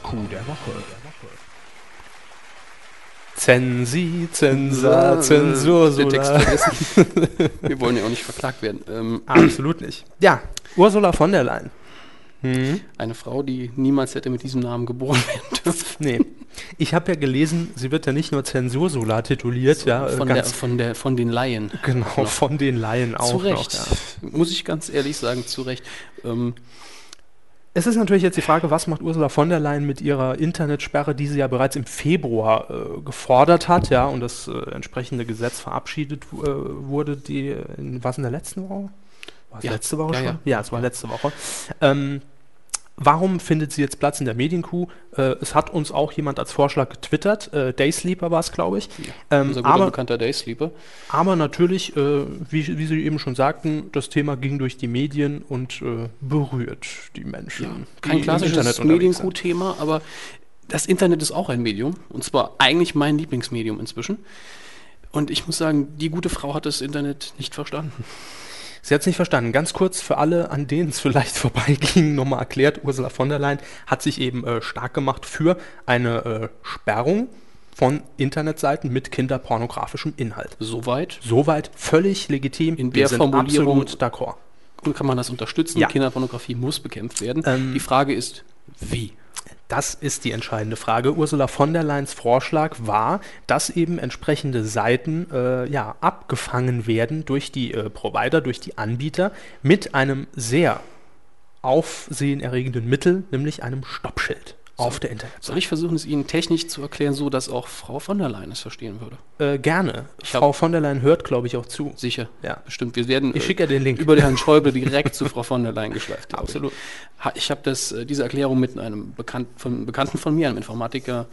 S1: Kuh der Woche.
S2: Zensi, Zensa, Zensur,
S3: Den äh, Text
S2: Sola.
S3: vergessen. Wir wollen ja auch nicht verklagt werden. Ähm,
S2: Absolut nicht. Ja, Ursula von der Leyen. Hm.
S3: eine Frau, die niemals hätte mit diesem Namen geboren werden dürfen.
S2: Nee, ich habe ja gelesen, sie wird ja nicht nur Zensursola tituliert, ja, äh,
S3: von, der, von, der, von den Laien.
S2: genau, von den Laien auch
S3: Zu
S2: noch,
S3: Recht.
S2: ja.
S3: Muss ich ganz ehrlich sagen, zu Recht. Ähm,
S2: Es ist natürlich jetzt die Frage, was macht Ursula von der Leyen mit ihrer Internetsperre, die sie ja bereits im Februar äh, gefordert hat, ja, und das äh, entsprechende Gesetz verabschiedet äh, wurde, die äh, in, was in der letzten Woche? War es
S3: Ja,
S2: letzte Woche
S3: ja,
S2: schon?
S3: ja.
S2: es war letzte Woche. Ähm, warum findet sie jetzt Platz in der Medienkuh? Äh, es hat uns auch jemand als Vorschlag getwittert, äh, Daysleeper war es, glaube ich. Ähm,
S3: unser guter
S2: aber
S3: bekannter Daysleeper.
S2: aber natürlich, äh, wie, wie Sie eben schon sagten, das Thema ging durch die Medien und äh, berührt die Menschen. die
S3: kein
S2: im Internet
S3: klassisches
S2: unterwegs
S3: Medienkuh-Thema, aber das Internet ist auch ein Medium. Und zwar eigentlich mein Lieblingsmedium inzwischen. Und ich muss sagen, die gute Frau hat das Internet nicht verstanden.
S2: sind. Sie hat es nicht verstanden. Ganz kurz für alle, an denen es vielleicht vorbeiging, nochmal erklärt, Ursula von der Leyen hat sich eben äh, stark gemacht für eine äh, Sperrung von Internetseiten mit kinderpornografischem Inhalt.
S3: Soweit
S2: Soweit völlig legitim.
S3: In der Formulierung-
S2: absolut d'accord.
S3: kann man das unterstützen.
S2: Ja.
S3: Kinderpornografie muss bekämpft werden.
S2: Ähm,
S3: die Frage ist, wie?
S2: Das ist die entscheidende Frage. Ursula von der Leyen's Vorschlag war, dass eben entsprechende Seiten äh, ja, abgefangen werden durch die äh, Provider, durch die Anbieter mit einem sehr aufsehenerregenden Mittel, nämlich einem Stoppschild auf der Internet.
S3: Soll ich versuchen, es Ihnen technisch zu erklären, so dass auch Frau von der Leyen es verstehen würde?
S2: Äh, gerne.
S3: Ich hab-
S2: Frau von der Leyen hört, glaube ich, auch zu.
S3: Sicher.
S2: Ja.
S3: Bestimmt. Wir werden
S2: Ich
S3: äh,
S2: schicke ihr den Link.
S3: über den Herrn Schäuble direkt zu Frau von der Leyen geschleift. glaub ich.
S2: Absolut.
S3: Ha- Ich habe das, äh, diese Erklärung mit einem Bekannten von, einem Bekannten von mir, einem Informatiker,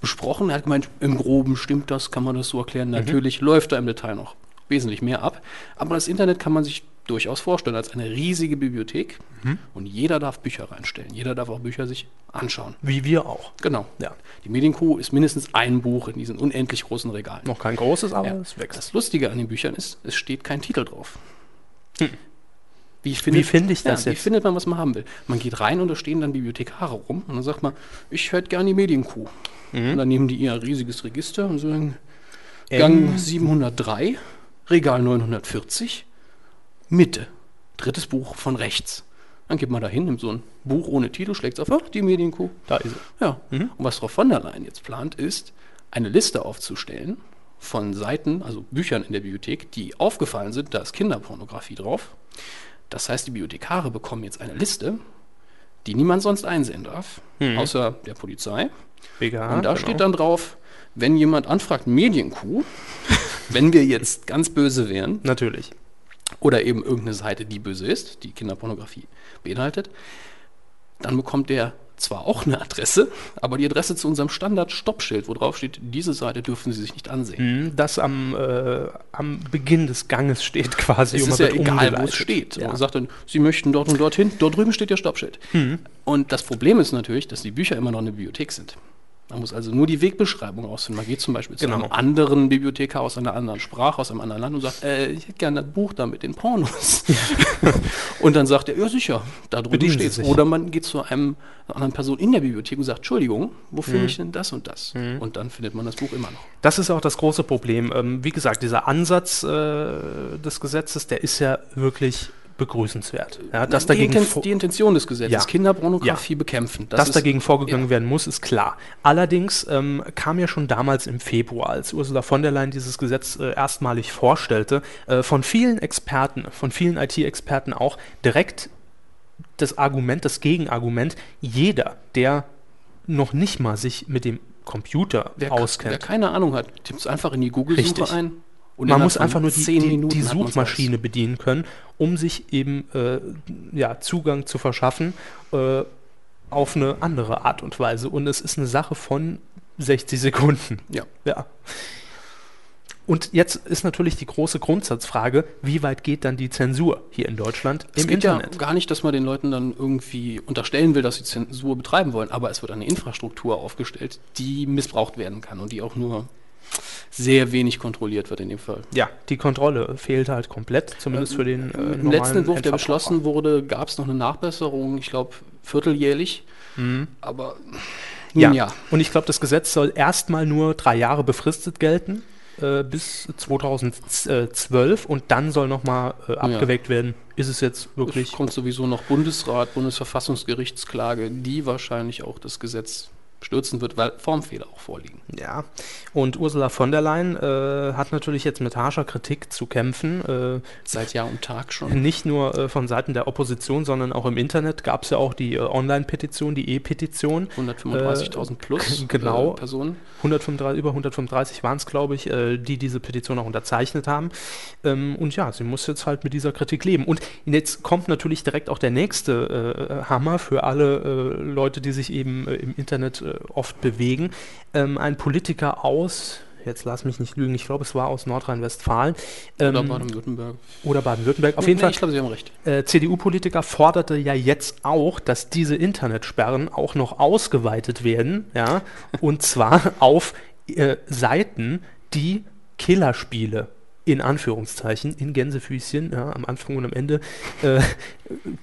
S3: besprochen. Er hat gemeint, im Groben stimmt das, kann man das so erklären.
S2: Mhm.
S3: Natürlich läuft da im Detail noch wesentlich mehr ab. Aber das Internet kann man sich durchaus vorstellen als eine riesige Bibliothek.
S2: Mhm.
S3: Und jeder darf Bücher reinstellen. Jeder darf auch Bücher sich anschauen.
S2: Wie wir auch.
S3: Genau.
S2: Ja.
S3: Die Medienkuh ist mindestens ein Buch in diesen unendlich großen Regalen.
S2: Noch kein großes, aber
S3: Ja.
S2: es wächst.
S3: Das Lustige an den Büchern ist, es steht kein Titel drauf. Wie
S2: Wie finde ich das
S3: ja, Wie
S2: jetzt?
S3: findet man, was man haben will? Man geht rein und da stehen dann Bibliothekare rum und dann sagt man, ich hätte gerne die Medienkuh. Und dann nehmen die ihr riesiges Register und sagen, Gang 703, Regal 940, Mitte, drittes Buch von rechts. Dann geht man da hin, nimmt so ein Buch ohne Titel, schlägt es auf, ach, die Medienkuh.
S2: Da ist Mhm. es.
S3: Ja. Und was Frau von der Leyen jetzt plant, ist, eine Liste aufzustellen von Seiten, also Büchern in der Bibliothek, die aufgefallen sind, da ist Kinderpornografie drauf. Das heißt, die Bibliothekare bekommen jetzt eine Liste, die niemand sonst einsehen darf, außer der Polizei.
S2: BGH,
S3: Und da
S2: Mhm. genau.
S3: steht dann drauf, wenn jemand anfragt, Medienkuh, wenn wir jetzt ganz böse wären,
S2: Natürlich.
S3: oder eben irgendeine Seite, die böse ist, die Kinderpornografie beinhaltet, dann bekommt der zwar auch eine Adresse, aber die Adresse zu unserem Standard-Stoppschild, wo drauf steht, diese Seite dürfen Sie sich nicht ansehen.
S2: Mhm, Das am, äh, am Beginn des Ganges steht quasi.
S3: Es
S2: und
S3: ist ja
S2: man wird
S3: egal, wo es
S2: umgeleitet.
S3: steht.
S2: Ja.
S3: Man sagt dann, Sie möchten dort und dorthin, dort drüben steht Ihr Stoppschild.
S2: Hm.
S3: Und das Problem ist natürlich, dass die Bücher immer noch eine Bibliothek sind. Man muss also nur die Wegbeschreibung ausfinden. Man geht zum Beispiel zu
S2: Genau.
S3: einem anderen Bibliothekar aus einer anderen Sprache, aus einem anderen Land und sagt, äh, ich hätte gerne das Buch da mit den Pornos. und dann sagt er, ja sicher, da drüben
S2: Bedienen Sie
S3: steht es.
S2: sich.
S3: Oder man geht zu einem einer anderen Person in der Bibliothek und sagt, Entschuldigung, wo
S2: Hm.
S3: finde ich denn das und das? Und dann findet man das Buch immer noch.
S2: Das ist auch das große Problem. Ähm, wie gesagt, dieser Ansatz äh, des Gesetzes, der ist ja wirklich begrüßenswert. Ja, dass
S3: die,
S2: dagegen,
S3: Inten
S2: vor-
S3: die Intention des Gesetzes,
S2: Ja.
S3: Kinderpornografie bekämpfen.
S2: dass
S3: ist-
S2: dagegen vorgegangen werden muss, ist klar. Allerdings ähm, kam ja schon damals im Februar, als Ursula von der Leyen dieses Gesetz äh, erstmalig vorstellte, äh, von vielen Experten, von vielen IT-Experten auch direkt das Argument, das Gegenargument, jeder, der noch nicht mal sich mit dem Computer
S3: wer,
S2: auskennt,
S3: Wer keine Ahnung hat, tippt es einfach in die Google-Suche
S2: Richtig.
S3: ein. Und
S2: man
S3: innerhalb
S2: muss
S3: von
S2: einfach nur die,
S3: zehn
S2: die,
S3: Minuten
S2: die
S3: hat man's
S2: Suchmaschine bedienen können, um sich eben äh, ja, Zugang zu verschaffen äh, auf eine andere Art und Weise. Und es ist eine Sache von 60 Sekunden.
S3: raus. Ja.
S2: Ja. Und jetzt ist natürlich die große Grundsatzfrage, wie weit geht dann die Zensur hier in Deutschland
S3: Es
S2: im
S3: geht
S2: Internet?
S3: ja gar nicht, dass man den Leuten dann irgendwie unterstellen will, dass sie Zensur betreiben wollen, aber es wird eine Infrastruktur aufgestellt, die missbraucht werden kann und die auch nur sehr wenig kontrolliert wird in dem Fall. Äh,
S2: Ja, die Kontrolle fehlt halt komplett, zumindest für den äh,
S3: Im letzten
S2: normalen
S3: Entwurf, der
S2: Endverbraucher.
S3: beschlossen wurde, gab es noch eine Nachbesserung, ich glaube vierteljährlich, aber
S2: Mhm. Ja.
S3: nun ja.
S2: Und ich glaube, das Gesetz soll erstmal nur drei Jahre befristet gelten, äh, bis 2012 und dann soll nochmal äh, abgeweckt werden. Ist es jetzt
S3: Es
S2: wirklich.
S3: kommt sowieso noch Bundesrat, Bundesverfassungsgerichtsklage, die wahrscheinlich auch das Gesetz stürzen wird, weil Formfehler auch vorliegen.
S2: Ja. Und Ursula von der Leyen äh, hat natürlich jetzt mit harscher Kritik zu kämpfen.
S3: Seit Jahr und Tag
S2: Äh,
S3: schon.
S2: nicht nur äh, von Seiten der Opposition, sondern auch im Internet gab es ja auch die äh, Online-Petition, die E-Petition.
S3: 135.000 plus
S2: genau.
S3: äh, Personen.
S2: 135, über 135 waren es, glaube ich, äh, die diese Petition auch unterzeichnet haben. Ähm, und ja, sie muss jetzt halt mit dieser Kritik leben. Und jetzt kommt natürlich direkt auch der nächste äh, Hammer für alle äh, Leute, die sich eben äh, im Internet äh, oft bewegen. Ähm, ein Politiker aus, jetzt lass mich nicht lügen, ich glaube, es war aus Nordrhein-Westfalen ähm,
S3: Oder Baden-Württemberg.
S2: oder Baden-Württemberg. Auf jeden Fall
S3: Ich glaube, Sie haben recht.
S2: äh, CDU-Politiker forderte ja jetzt auch, dass diese Internetsperren auch noch ausgeweitet werden, ja, und zwar auf äh, Seiten, die Killerspiele in Anführungszeichen, in Gänsefüßchen, ja, am Anfang und am Ende, äh,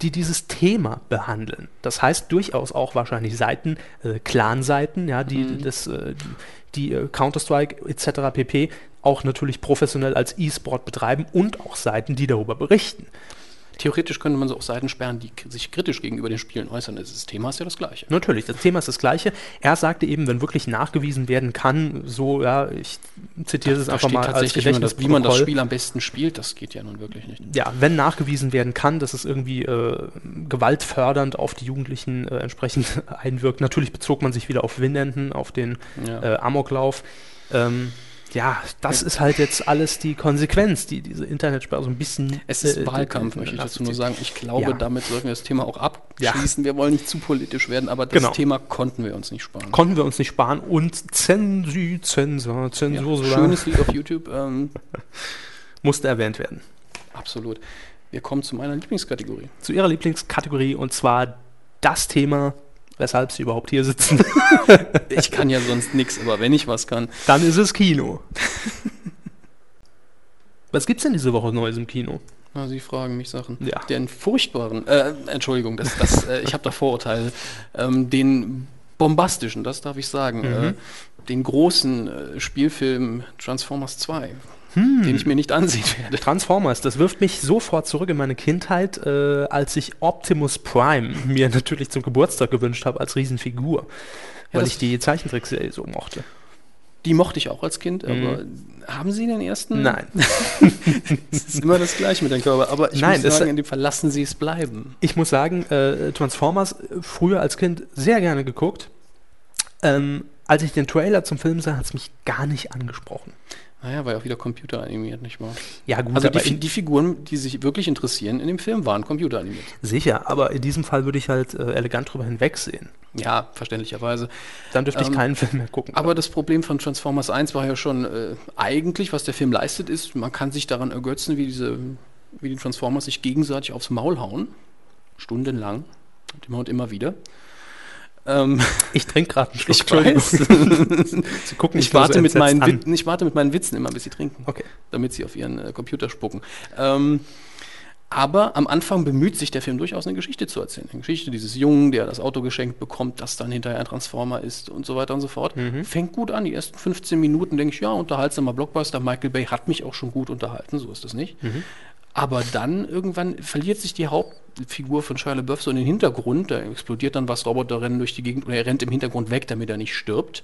S2: die dieses Thema behandeln. Das heißt durchaus auch wahrscheinlich Seiten, äh, Clan-Seiten, ja, die
S3: Mhm.
S2: das, äh, die äh, Counter-Strike etc. pp. auch natürlich professionell als E-Sport betreiben und auch Seiten, die darüber berichten.
S3: Theoretisch könnte man so auch Seiten sperren, die k- sich kritisch gegenüber den Spielen äußern. Das Thema ist ja das gleiche.
S2: Natürlich, das Thema ist das gleiche. Er sagte eben, wenn wirklich nachgewiesen werden kann, so, ja, ich zitiere es
S3: Da
S2: einfach
S3: steht
S2: mal als
S3: tatsächlich, wie man, das, wie man das
S2: Gedächtnisprotokoll.
S3: Spiel am besten spielt, das geht ja nun wirklich nicht.
S2: ja, wenn nachgewiesen werden kann, dass es irgendwie äh, gewaltfördernd auf die Jugendlichen äh, entsprechend einwirkt. Natürlich bezog man sich wieder auf Winenden, auf den
S3: Ja.
S2: äh, Amoklauf. Ähm, ja, das ist halt jetzt alles die Konsequenz, die diese Internetsperre so ein bisschen.
S3: Es ist
S2: äh,
S3: Wahlkampf,
S2: äh,
S3: möchte ich dazu nur sagen. Ich glaube,
S2: Ja.
S3: damit sollten wir das Thema auch
S2: Ja.
S3: abschließen. Wir wollen nicht zu politisch werden, aber das
S2: Genau.
S3: Thema konnten wir uns nicht sparen.
S2: Konnten wir uns nicht sparen und Zensi, Zensor,
S3: Ja.
S2: Zensur, so lange
S3: Schönes Lied auf YouTube. Ähm,
S2: musste erwähnt werden.
S3: absolut. Wir kommen zu meiner Lieblingskategorie.
S2: Zu ihrer Lieblingskategorie und zwar das Thema, weshalb sie überhaupt hier sitzen.
S3: Ich kann ja sonst nichts, aber wenn ich was kann.
S2: Dann ist es Kino. Was gibt's denn diese Woche Neues im Kino?
S3: Na, Sie fragen mich Sachen.
S2: Ja.
S3: Den furchtbaren, äh, Entschuldigung, das, das, äh, ich habe da Vorurteile. Ähm, den bombastischen, das darf ich sagen.
S2: Mhm.
S3: Äh, den großen äh, Spielfilm Transformers 2,
S2: Hm.
S3: den ich mir nicht ansehen werde.
S2: Transformers, das wirft mich sofort zurück in meine Kindheit, äh, als ich Optimus Prime mir natürlich zum Geburtstag gewünscht habe als Riesenfigur, weil
S3: das-
S2: ich die Zeichentrickserie so mochte.
S3: Die mochte ich auch als Kind, aber haben Sie den ersten?
S2: Mhm. Nein,
S3: Es ist immer das Gleiche mit dem Körper. Aber ich
S2: Nein,
S3: muss
S2: das-
S3: sagen, in dem Fall lassen Sie es bleiben.
S2: ich muss sagen, äh, Transformers äh, früher als Kind sehr gerne geguckt. Ähm, als ich den Trailer zum Film sah, hat es mich gar nicht angesprochen.
S3: Naja, war ja auch wieder computeranimiert, nicht wahr?
S2: Ja gut,
S3: Also die,
S2: aber
S3: Fi- die Figuren, die sich wirklich interessieren in dem Film, waren computeranimiert.
S2: sicher, aber in diesem Fall würde ich halt äh, elegant drüber hinwegsehen.
S3: Ja, verständlicherweise.
S2: Dann dürfte
S3: Ähm,
S2: ich keinen Film mehr gucken.
S3: Aber das Problem von Transformers 1 war ja schon äh, eigentlich, was der Film leistet, ist, man kann sich daran ergötzen, wie, diese, wie die Transformers sich gegenseitig aufs Maul hauen. Stundenlang. Und immer und immer wieder. Ähm,
S2: ich trinke gerade einen Schluck.
S3: ich
S2: Wein.
S3: weiß.
S2: Sie gucken mich
S3: ich,
S2: nur so
S3: warte
S2: entsetzt
S3: mit meinen
S2: an.
S3: Wit- ich warte mit meinen Witzen immer, bis sie trinken.
S2: Okay.
S3: damit sie auf ihren äh, Computer spucken. Ähm, aber am Anfang bemüht sich der Film durchaus eine Geschichte zu erzählen. Eine Geschichte dieses Jungen, der das Auto geschenkt bekommt, das dann hinterher ein Transformer ist und so weiter und so fort. Fängt gut an. Die ersten 15 Minuten denke ich, ja, unterhaltsamer Blockbuster. Michael Bay hat mich auch schon gut unterhalten, so ist das nicht. Aber dann irgendwann verliert sich die Hauptfigur von Shia LaBeouf so in den Hintergrund. Da explodiert dann was, Roboter rennen durch die Gegend oder er rennt im Hintergrund weg, damit er nicht stirbt.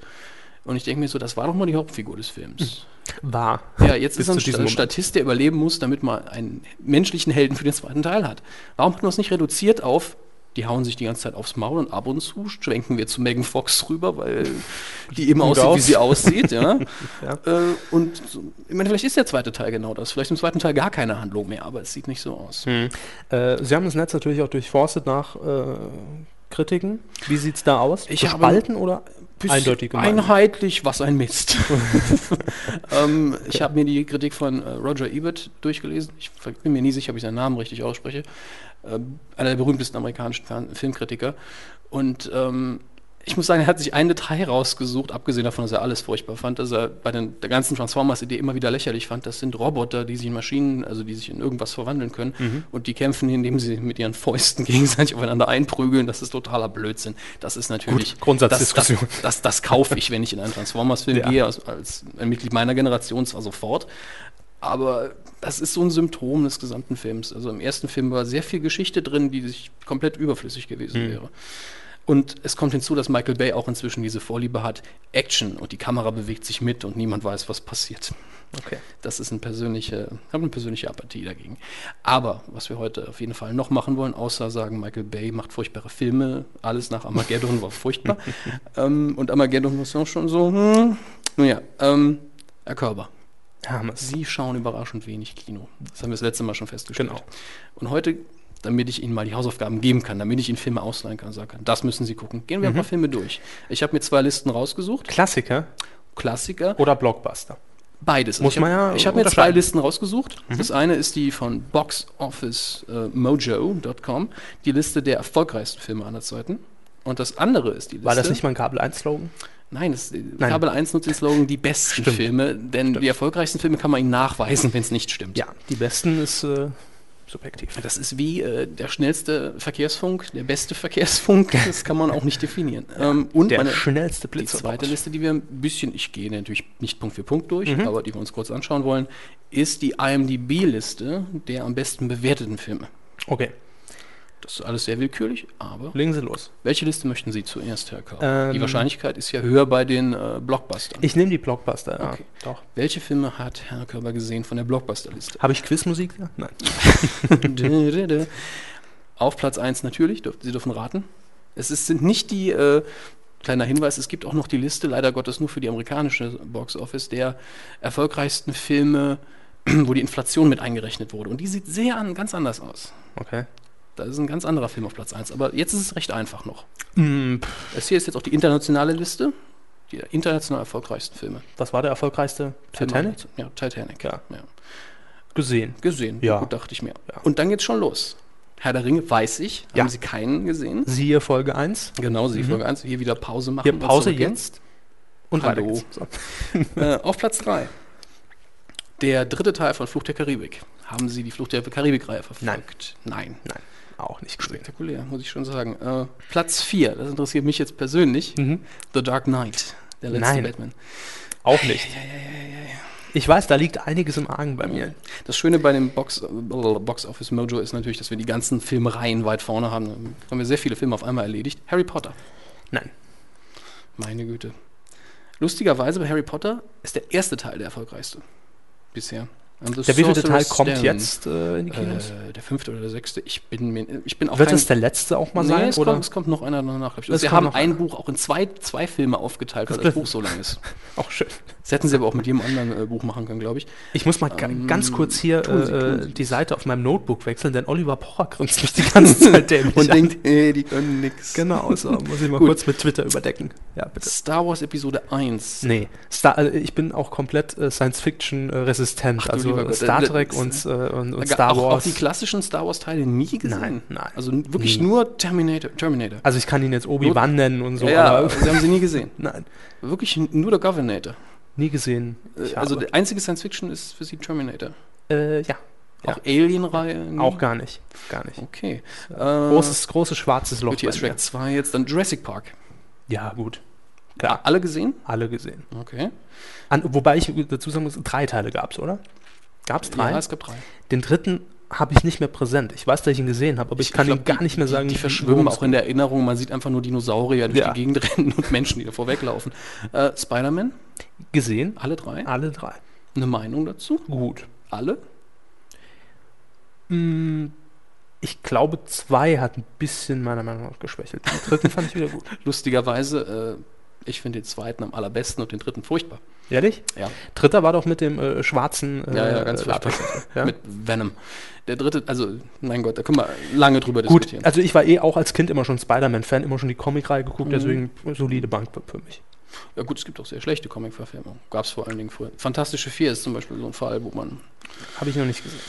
S3: Und ich denke mir so, das war doch mal die Hauptfigur des Films.
S2: War.
S3: Ja, jetzt
S2: Bis
S3: ist er ein
S2: zu diesem
S3: Sta-
S2: Moment.
S3: Statist, der überleben muss, damit man einen menschlichen Helden für den zweiten Teil hat. Warum hat man es nicht reduziert auf, die hauen sich die ganze Zeit aufs Maul und ab und zu schwenken wir zu Megan Fox rüber, weil die eben
S2: Gut
S3: aussieht, wie
S2: aus.
S3: sie aussieht. Ja?
S2: Ja.
S3: Äh, und so, ich meine, vielleicht ist der zweite Teil genau das. Vielleicht im zweiten Teil gar keine Handlung mehr, aber es sieht nicht so aus.
S2: Äh, Sie haben das Netz natürlich auch durchforstet nach äh, Kritiken. Wie sieht es da aus?
S3: Ich habe-
S2: Gespalten oder
S3: bisschen
S2: eindeutig gemeint?
S3: einheitlich, was ein Mist. ähm, Ich habe mir die Kritik von äh, Roger Ebert durchgelesen. Ich ver- bin mir nie sicher, ob ich seinen Namen richtig ausspreche. Ähm, einer der berühmtesten amerikanischen Fern Filmkritiker. Und ähm, ich muss sagen, er hat sich ein Detail rausgesucht, abgesehen davon, dass er alles furchtbar fand, dass er bei den, der ganzen Transformers-Idee immer wieder lächerlich fand. Das sind Roboter, die sich in Maschinen, also die sich in irgendwas verwandeln können
S2: Mhm.
S3: und die kämpfen, indem sie mit ihren Fäusten gegenseitig aufeinander einprügeln. Das ist totaler Blödsinn. Das ist natürlich
S2: Grundsatzdiskussion.
S3: Das, das, das, das kaufe ich, wenn ich in einen Transformers-Film
S2: Ja.
S3: gehe, als, als ein Mitglied meiner Generation zwar sofort, aber das ist so ein Symptom des gesamten Films. Also im ersten Film war sehr viel Geschichte drin, die sich komplett überflüssig gewesen wäre. Und es kommt hinzu, dass Michael Bay auch inzwischen diese Vorliebe hat, Action und die Kamera bewegt sich mit und niemand weiß, was passiert.
S2: Okay.
S3: Das ist ein persönliche, ich habe eine persönliche Apathie dagegen. Aber was wir heute auf jeden Fall noch machen wollen, außer sagen, Michael Bay macht furchtbare Filme, alles nach Armageddon war furchtbar. ähm, und Armageddon war auch schon so, hm. Nun ja, ähm, Herr Körber,
S2: Hermes.
S3: Sie schauen überraschend wenig Kino. Das haben wir das letzte Mal schon festgestellt.
S2: Genau.
S3: Und heute, damit ich Ihnen mal die Hausaufgaben geben kann, damit ich Ihnen Filme ausleihen kann, sagen kann, das müssen Sie gucken. Gehen wir ein paar Filme durch. Ich habe mir zwei Listen rausgesucht,
S2: Klassiker
S3: Klassiker
S2: oder Blockbuster?
S3: Beides.
S2: Muss
S3: ich
S2: man
S3: hab-
S2: ja
S3: Ich habe mir zwei
S2: unterscheiden. Mhm.
S3: Listen rausgesucht. Das eine ist die von äh, boxofficemojo.com, die Liste der erfolgreichsten Filme aller Zeiten. Und das andere ist die Liste.
S2: War das nicht mal ein Kabel 1-Slogan?
S3: Nein, das,
S2: Nein.
S3: Kabel 1 nutzt den Slogan die besten
S2: Stimmt.
S3: Filme, denn die erfolgreichsten Filme kann man ihnen nachweisen, wenn es nicht stimmt.
S2: Ja, die besten ist äh, subjektiv.
S3: Das ist wie äh, der schnellste Verkehrsfunk, der beste Verkehrsfunk, das kann man auch nicht definieren. Ähm, und
S2: Der
S3: meine,
S2: schnellste
S3: die
S2: Blitz.
S3: zweite Liste, die wir ein bisschen, ich gehe natürlich nicht Punkt für Punkt durch,
S2: Mhm.
S3: aber die wir uns kurz anschauen wollen, ist die IMDb-Liste der am besten bewerteten Filme.
S2: Okay,
S3: Das ist alles sehr willkürlich, aber
S2: legen Sie los.
S3: welche Liste möchten Sie zuerst, Herr Kauf? die
S2: Ähm,
S3: Wahrscheinlichkeit ist ja höher bei den äh, Blockbustern.
S2: Ich nehme die Blockbuster. Ja,
S3: Okay.
S2: Doch.
S3: Welche Filme hat Herr Körber gesehen von der Blockbuster-Liste?
S2: Habe ich Quizmusik? da? Nein.
S3: Dö, dö, dö. Auf Platz 1 natürlich, dürf, Sie dürfen raten. Es ist, sind nicht die, äh, kleiner Hinweis, es gibt auch noch die Liste, leider Gottes nur für die amerikanische Box Office, der erfolgreichsten Filme, wo die Inflation mit eingerechnet wurde. Und die sieht sehr an, ganz anders aus.
S2: Okay.
S3: Da ist ein ganz anderer Film auf Platz 1. Aber jetzt ist es recht einfach noch.
S2: Mm, pff,
S3: Das hier ist jetzt auch die internationale Liste, die international erfolgreichsten Filme.
S2: was war der erfolgreichste? Titanic?
S3: Ja, Titanic.
S2: Ja.
S3: ja.
S2: Gesehen.
S3: gesehen.
S2: Ja.
S3: Gut, dachte ich mir.
S2: Ja.
S3: Und dann geht's schon los. Herr der Ringe, weiß ich.
S2: Ja.
S3: Haben Sie keinen gesehen?
S2: Siehe Folge 1.
S3: Genau, Sie Folge 1. Hier wieder Pause machen.
S2: Mhm. Hier, Pause
S3: zurückgehen.
S2: jetzt. Und
S3: Hallo.
S2: weiter geht's. So.
S3: Äh, auf Platz 3. Der dritte Teil von Flucht der Karibik. Haben Sie die Flucht der Karibik-Reihe verfolgt? Nein.
S2: Nein, auch nicht gesehen.
S3: Spektakulär, muss ich schon sagen. Äh, Platz 4, das interessiert mich jetzt persönlich. The Dark Knight, der letzte
S2: Nein.
S3: Batman.
S2: Auch nicht. Ich weiß, da liegt einiges im Argen bei mir.
S3: Das Schöne bei dem Box, äh, Box Office Mojo ist natürlich, dass wir die ganzen Filmreihen weit vorne haben. Dann haben wir sehr viele Filme auf einmal erledigt. Harry Potter.
S2: Nein.
S3: Meine Güte. Lustigerweise bei Harry Potter ist der erste Teil der erfolgreichste. Bisher. Und The
S2: Der wievielte Teil
S3: Sorcerer's
S2: kommt
S3: Stone.
S2: jetzt äh, in die Kinos?
S3: Äh, der fünfte oder der sechste. Ich bin, mir- ich bin auch
S2: Wird
S3: kein...
S2: das der letzte auch mal
S3: Nee,
S2: sein?
S3: es,
S2: oder?
S3: Kommt, es kommt noch einer danach. glaub ich. Und
S2: Es
S3: Sie
S2: kommt
S3: haben
S2: noch
S3: ein
S2: einer.
S3: Buch auch in zwei, zwei Filme aufgeteilt, weil das Buch so lang ist.
S2: Auch schön.
S3: Das hätten Sie aber auch mit jedem anderen äh, Buch machen können, glaube ich.
S2: Ich muss mal ga- ganz kurz hier
S3: Ähm, tun Sie, tun
S2: äh,
S3: Sie.
S2: die Seite auf meinem Notebook wechseln, denn Oliver Pocher grinst mich die ganze Zeit dämlich
S3: Und
S2: an.
S3: denkt, äh, die können nix.
S2: Genau, so muss ich mal
S3: Gut.
S2: kurz mit Twitter überdecken. Ja, bitte.
S3: Star Wars Episode 1.
S2: Nee, Star, äh, ich bin auch komplett äh, Science-Fiction-resistent.
S3: Ach du
S2: also
S3: lieber
S2: äh,
S3: Gott,
S2: Star
S3: äh,
S2: Trek
S3: das-
S2: und, äh, und, und
S3: Ga-
S2: Star
S3: auch,
S2: Wars.
S3: Auch die klassischen Star Wars Teile nie gesehen.
S2: Nein, nein.
S3: Also n- wirklich
S2: Nie.
S3: nur Terminator. Terminator.
S2: also ich kann ihn jetzt Obi-Wan nennen und so,
S3: ja, ja,
S2: aber äh,
S3: sie haben sie nie gesehen.
S2: nein,
S3: Wirklich n- nur der Governator.
S2: nie gesehen.
S3: Äh,
S2: Ich
S3: Also
S2: habe-
S3: der einzige Science Fiction ist für sie Terminator.
S2: äh, ja,
S3: Auch Alien-Reihe. nie?
S2: auch gar nicht, gar nicht.
S3: Okay. Äh,
S2: Großes, großes schwarzes Loch.
S3: Gut, hier ist
S2: bei mir.
S3: Shrek 2 jetzt. Dann Jurassic Park.
S2: Ja, gut. Klar,
S3: Alle gesehen?
S2: alle gesehen.
S3: Okay.
S2: An, wobei ich dazu sagen muss, drei Teile gab es, oder? Gab es drei?
S3: Ja, es gab drei.
S2: Den dritten habe ich nicht mehr präsent. Ich weiß, dass ich ihn gesehen habe, aber ich, kann
S3: glaub,
S2: ihm gar
S3: die-
S2: nicht mehr sagen.
S3: Die, die
S2: wie-
S3: verschwimmen
S2: worum es
S3: auch in der Erinnerung. Man sieht einfach nur Dinosaurier durch
S2: Ja.
S3: die Gegend rennen und Menschen, die davor weglaufen. Äh, Spider-Man,
S2: geht. gesehen.
S3: alle drei.
S2: Alle drei.
S3: Eine Meinung dazu?
S2: Gut.
S3: Alle?
S2: Mm, Ich glaube, zwei hat ein bisschen meiner Meinung nach geschwächelt. Den dritten fand ich wieder gut.
S3: Lustigerweise, äh, ich finde den zweiten am allerbesten und den dritten furchtbar.
S2: Ehrlich?
S3: Ja.
S2: Dritter war doch mit dem äh, schwarzen äh,
S3: Ja, ja, ganz furchtbar.
S2: Latex. Ja?
S3: Mit Venom. Der dritte, also, mein Gott, da können wir lange drüber
S2: Gut,
S3: diskutieren.
S2: also ich war eh auch als Kind immer schon Spider-Man-Fan, immer schon die Comicreihe
S3: Mhm.
S2: geguckt, deswegen solide Bank für mich.
S3: Ja, gut, es gibt auch sehr schlechte Comic-Verfilmungen. Gab es vor allen Dingen früher. Fantastische Vier ist zum Beispiel so ein Fall, wo man.
S2: Habe ich noch nicht gesehen.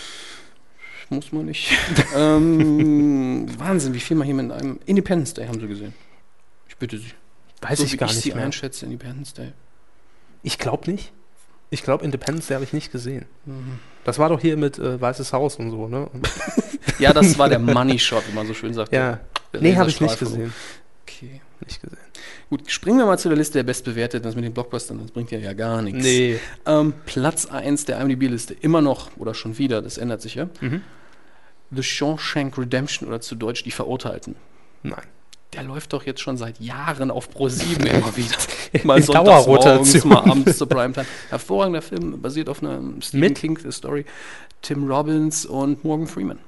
S3: Muss man nicht. ähm, Wahnsinn, wie viel man hier mit einem. Independence Day haben sie gesehen. Ich bitte Sie.
S2: Weiß
S3: so
S2: ich
S3: wie
S2: gar
S3: ich
S2: nicht
S3: sie
S2: mehr.
S3: einschätze, Independence Day.
S2: Ich glaube nicht. Ich glaube, Independence Day habe ich nicht gesehen. Das war doch hier mit äh, Weißes Haus und so, ne? Und,
S3: Ja, das war der Money Shot, wie man so schön sagt.
S2: ja.
S3: Der
S2: Nee, habe ich
S3: Laserstrahl
S2: nicht
S3: von oben.
S2: gesehen.
S3: Okay.
S2: Nicht gesehen.
S3: Gut, springen wir mal zu der Liste der bestbewerteten. Das mit den Blockbustern, das bringt ja, ja gar nichts. Ähm, Platz 1 der IMDb-Liste, immer noch oder schon wieder, das ändert sich ja.
S2: Mhm.
S3: The Shawshank Redemption oder zu Deutsch Die Verurteilten.
S2: Nein.
S3: Der läuft doch jetzt schon seit Jahren auf Pro7 immer wieder. Mal
S2: In
S3: sonntags
S2: Dauerrotation.
S3: morgens, mal abends zur Primetime. Hervorragender Film, basiert auf einer Stephen
S2: Mit?
S3: King-Story. Tim Robbins und Morgan Freeman.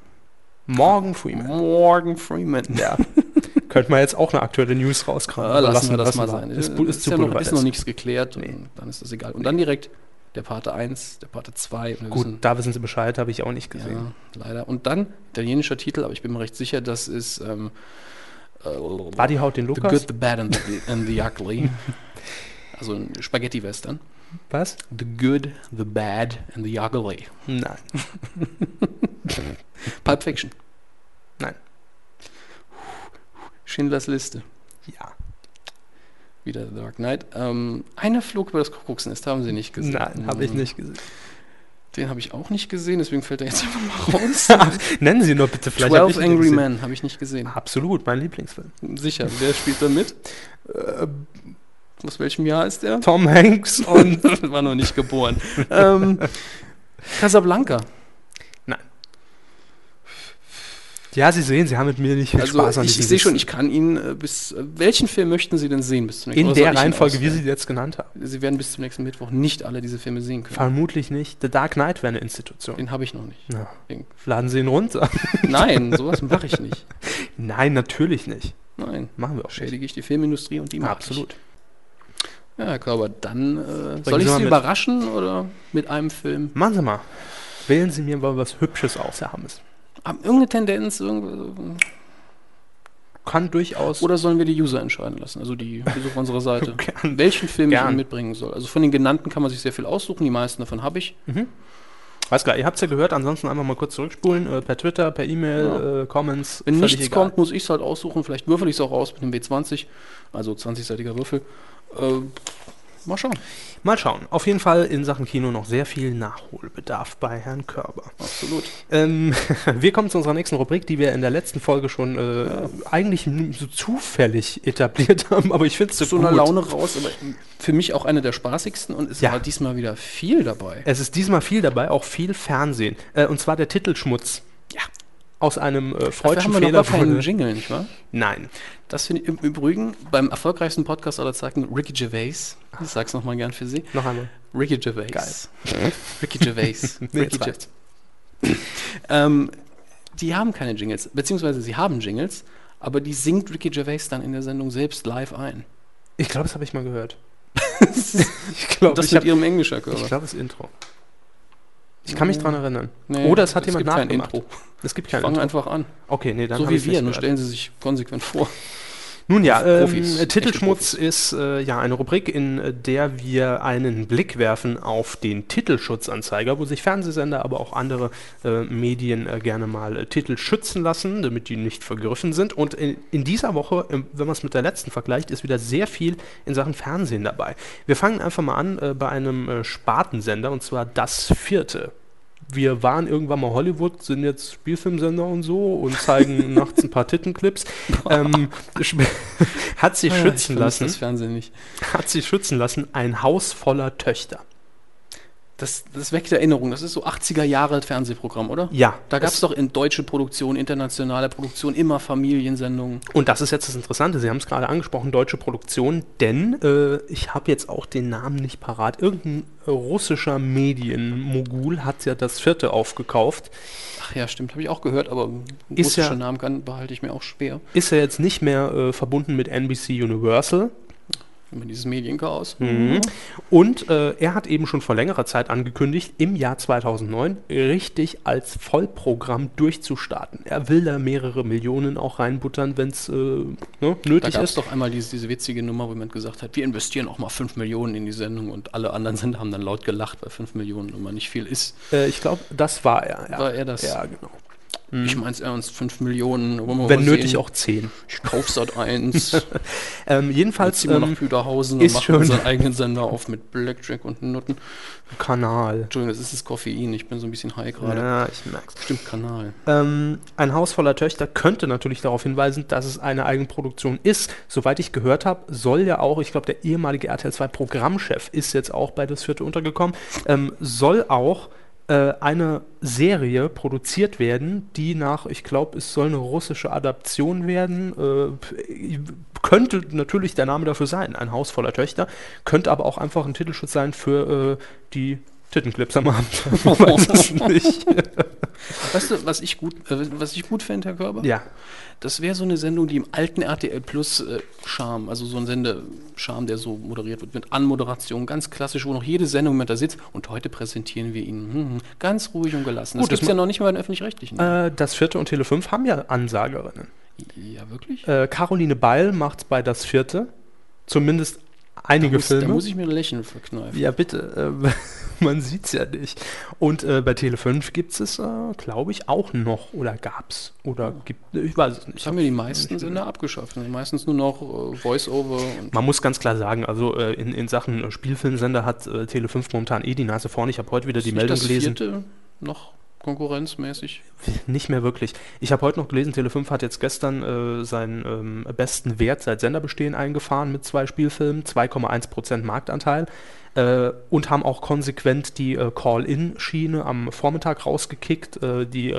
S2: Morgan Freeman.
S3: Morgan Freeman.
S2: Ja. Könnte man jetzt auch eine aktuelle News rauskramen.
S3: Äh,
S2: aber
S3: lassen wir das mal sein.
S2: Ist,
S3: Äh,
S2: bu- ist,
S3: ist,
S2: zu
S3: ja noch,
S2: Boulevard
S3: ist noch
S2: jetzt.
S3: nichts geklärt
S2: Nee.
S3: und dann ist das egal. Und dann direkt der Pate 1, der Pate 2. und wir wissen-
S2: Gut, da wissen Sie Bescheid, habe ich auch nicht gesehen.
S3: Ja, leider. Und dann italienischer Titel, aber ich bin mir recht sicher, das ist ähm, äh,
S2: Buddy haut den
S3: The
S2: Lukas.
S3: Good, the Bad and the, and the Ugly. Also ein Spaghetti-Western.
S2: Was?
S3: The Good, the Bad and the Ugly.
S2: Nein.
S3: Pulp Fiction.
S2: Nein.
S3: Schindlers Liste.
S2: Ja.
S3: Wieder The Dark Knight. Ähm, einer flog über das Kuckucksnest, haben Sie nicht gesehen. Ähm, Hm.
S2: Nein, habe ich nicht gesehen.
S3: Den habe ich auch nicht gesehen, deswegen fällt er jetzt einfach mal raus.
S2: Nennen Sie nur bitte vielleicht. hab
S3: 12
S2: ich ihn
S3: Angry
S2: gesehen.
S3: Men habe ich nicht gesehen.
S2: Absolut, mein Lieblingsfilm.
S3: Sicher, wer spielt da mit? Äh, Aus welchem Jahr ist der?
S2: Tom Hanks und.
S3: war noch nicht geboren. ähm, Casablanca.
S2: ja, Sie sehen, Sie haben mit mir nicht viel
S3: Also
S2: Spaß an
S3: ich,
S2: diesem
S3: ich sehe schon,
S2: Wissen.
S3: ich kann Ihnen äh, bis äh, welchen Film möchten Sie denn sehen bis zum nächsten
S2: In
S3: oder soll
S2: der
S3: ich ihn
S2: Reihenfolge, wie
S3: auswählen?
S2: Sie jetzt genannt haben.
S3: Sie werden bis zum nächsten Mittwoch nicht alle diese Filme sehen können.
S2: Vermutlich nicht. The Dark Knight wäre eine Institution.
S3: Den habe ich noch nicht.
S2: Na,
S3: Den-
S2: laden Sie ihn runter.
S3: Nein, sowas mache ich nicht.
S2: Nein, natürlich nicht.
S3: Nein.
S2: Machen wir auch nicht.
S3: Schädige ich die Filmindustrie und die mag
S2: Absolut.
S3: Ich. Ja, Herr Körber, dann äh,
S2: Sie
S3: soll ich
S2: mal
S3: Sie
S2: mit.
S3: überraschen oder mit einem Film?
S2: Machen Sie mal. Wählen Sie mir mal was Hübsches aus, Herr Hammes.
S3: Haben irgendeine Tendenz? Irgende,
S2: Kann durchaus.
S3: oder sollen wir die User entscheiden lassen? Also die Besucher unserer Seite.
S2: Gern.
S3: Welchen Film ich
S2: Gern.
S3: Ihnen mitbringen soll. Also von den genannten kann man sich sehr viel aussuchen. Die meisten davon habe ich.
S2: Mhm. Alles klar, ihr habt es ja gehört. Ansonsten einfach mal kurz zurückspulen. Äh, per Twitter, per E-Mail,
S3: Ja.
S2: äh, Comments.
S3: Wenn
S2: völlig
S3: nichts
S2: egal.
S3: kommt, muss ich es halt aussuchen. Vielleicht würfel ich es auch aus mit dem W20. Also 20-seitiger Würfel. Äh, mal schauen.
S2: Mal schauen. Auf jeden Fall in Sachen Kino noch sehr viel Nachholbedarf bei Herrn Körber.
S3: Absolut.
S2: Ähm, wir kommen zu unserer nächsten Rubrik, die wir in der letzten Folge schon äh, eigentlich n- so zufällig etabliert haben, aber ich finde es
S3: Zu einer Laune raus, aber für mich auch eine der spaßigsten und es
S2: Ja.
S3: war diesmal wieder viel dabei.
S2: Es ist diesmal viel dabei, auch viel Fernsehen. Äh, und zwar der Titelschmutz. Ja. Aus einem äh,
S3: Dafür haben
S2: freudschen
S3: wir noch gar
S2: Fehler.
S3: keinen
S2: wurde-
S3: Jingle, nicht wahr?
S2: Nein.
S3: Das finde ich im Übrigen beim erfolgreichsten Podcast aller Zeiten, Ricky Gervais. Ich sag's nochmal gern für Sie.
S2: Noch einmal.
S3: Ricky Gervais. Ricky Gervais.
S2: Nee,
S3: Ricky
S2: jetzt
S3: Gervais. ähm, die haben keine Jingles, beziehungsweise sie haben Jingles, aber die singt Ricky Gervais dann in der Sendung selbst live ein.
S2: Ich glaube, das habe ich mal gehört. ich glaube,
S3: das
S2: ich
S3: mit
S2: habe
S3: ihrem englischer
S2: ich
S3: Körper.
S2: glaube, das Intro. Ich kann mich
S3: Nee.
S2: dran erinnern.
S3: Nee,
S2: Oder es hat
S3: es
S2: jemand
S3: gibt kein
S2: nachgemacht.
S3: Intro.
S2: Es gibt kein
S3: Fangen
S2: Intro.
S3: einfach an.
S2: Okay, nee, dann
S3: so
S2: hab
S3: wie
S2: ich's nicht
S3: wir, nur
S2: gehört.
S3: stellen sie sich konsequent vor.
S2: Nun ja,
S3: Profis,
S2: ähm,
S3: echte
S2: Titelschmutz ist äh, ja eine Rubrik, in äh, der wir einen Blick werfen auf den Titelschutzanzeiger, wo sich Fernsehsender, aber auch andere äh, Medien äh, gerne mal äh, Titel schützen lassen, damit die nicht vergriffen sind. Und in, in dieser Woche, ähm, wenn man es mit der letzten vergleicht, ist wieder sehr viel in Sachen Fernsehen dabei. Wir fangen einfach mal an äh, bei einem äh, Spartensender, und zwar das vierte. Wir waren irgendwann mal Hollywood, sind jetzt Spielfilmsender und so und zeigen nachts ein paar Tittenclips. Ähm, sch- hat sich schützen
S3: Ah, ich vermisse
S2: lassen,
S3: Das Fernsehen nicht.
S2: hat sich schützen lassen, ein Haus voller Töchter.
S3: Das, das weckt Erinnerung. Das ist so 80er Jahre Fernsehprogramm, oder?
S2: Ja,
S3: Da gab es doch in deutsche Produktion, internationale Produktion immer Familiensendungen.
S2: Und das ist jetzt das Interessante, Sie haben es gerade angesprochen, deutsche Produktion, denn äh, ich habe jetzt auch den Namen nicht parat. Irgendein russischer Medienmogul hat ja das vierte aufgekauft.
S3: Ach ja, stimmt, habe ich auch gehört, aber einen
S2: Ist ja-
S3: russischen Namen kann, behalte ich mir auch schwer.
S2: Ist ja jetzt nicht mehr äh, verbunden mit NBC Universal.
S3: Immer dieses Medienchaos.
S2: Hm. Mhm. Und äh, er hat eben schon vor längerer Zeit angekündigt, im Jahr 2009 richtig als Vollprogramm durchzustarten. Er will da mehrere Millionen auch reinbuttern, wenn es äh, ne,
S3: Da
S2: nötig
S3: gab
S2: ist.
S3: es doch einmal diese, diese witzige Nummer, wo jemand gesagt hat, wir investieren auch mal 5 Millionen in die Sendung und alle anderen Sender haben dann laut gelacht, weil 5 Millionen immer nicht viel ist.
S2: Äh, ich glaube, das war er. Ja.
S3: War er das?
S2: Ja, genau.
S3: Ich meine es ernst, 5 Millionen, wollen wir
S2: Wenn
S3: mal
S2: nötig
S3: sehen.
S2: auch zehn.
S3: Ich kauf Sat 1,
S2: Ähm,
S3: dann
S2: jedenfalls
S3: ziehen wir
S2: ähm,
S3: nach Hüderhausen und
S2: ist
S3: machen
S2: schon-
S3: unseren eigenen Sender auf mit Blackjack und Nutten.
S2: Kanal.
S3: Entschuldigung, das ist das Koffein, ich bin so ein bisschen high gerade.
S2: Ja, ich merk's.
S3: Stimmt, Kanal.
S2: Ähm, ein Haus voller Töchter könnte natürlich darauf hinweisen, dass es eine Eigenproduktion ist. Soweit ich gehört habe, soll ja auch, ich glaube, der ehemalige RTL 2 Programmchef ist jetzt auch bei das vierte untergekommen, ähm, soll auch äh, eine Serie produziert werden, die nach, ich glaube, es soll eine russische Adaption werden. Äh, könnte natürlich der Name dafür sein, ein Haus voller Töchter, könnte aber auch einfach ein Titelschutz sein für äh, die Tittenclips am Abend. Man weiß es nicht.
S3: Weißt du, was ich gut, äh, was ich gut fände, Herr Körber?
S2: Ja.
S3: Das wäre so eine Sendung, die im alten RTL Plus äh, Charme, also so ein Sendescharme, der so moderiert wird, mit Anmoderation, ganz klassisch, wo noch jede Sendung mit da sitzt. Und heute präsentieren wir Ihnen hm, hm, ganz ruhig und gelassen.
S2: Gut, das
S3: das gibt's
S2: ma-
S3: ja noch nicht mal bei den Öffentlich-Rechtlichen.
S2: Äh, das vierte und Tele 5 haben ja Ansagerinnen.
S3: ja, wirklich?
S2: Äh, Caroline Beil macht's bei das vierte. Zumindest einige
S3: muss,
S2: Filme.
S3: Da muss ich mir ein Lächeln verkneifen.
S2: ja, bitte. ähm, Man sieht es ja nicht. Und äh, bei Tele5 gibt es, äh, glaube ich, auch noch oder gab's oder gibt ich weiß es nicht.
S3: Ich habe mir die meisten Sender abgeschafft. ne? Meistens nur noch äh, Voice-Over und
S2: Man muss ganz klar sagen, also äh, in, in Sachen äh, Spielfilmsender hat äh, Tele5 momentan eh die Nase vorn. Ich habe heute wieder die
S3: nicht
S2: Meldung
S3: das
S2: gelesen.
S3: vierte noch konkurrenzmäßig.
S2: Nicht mehr wirklich. Ich habe heute noch gelesen, Tele5 hat jetzt gestern äh, seinen ähm, besten Wert seit Senderbestehen eingefahren mit zwei Spielfilmen, 2,1% Marktanteil äh, und haben auch konsequent die äh, Call-In-Schiene am Vormittag rausgekickt, äh, die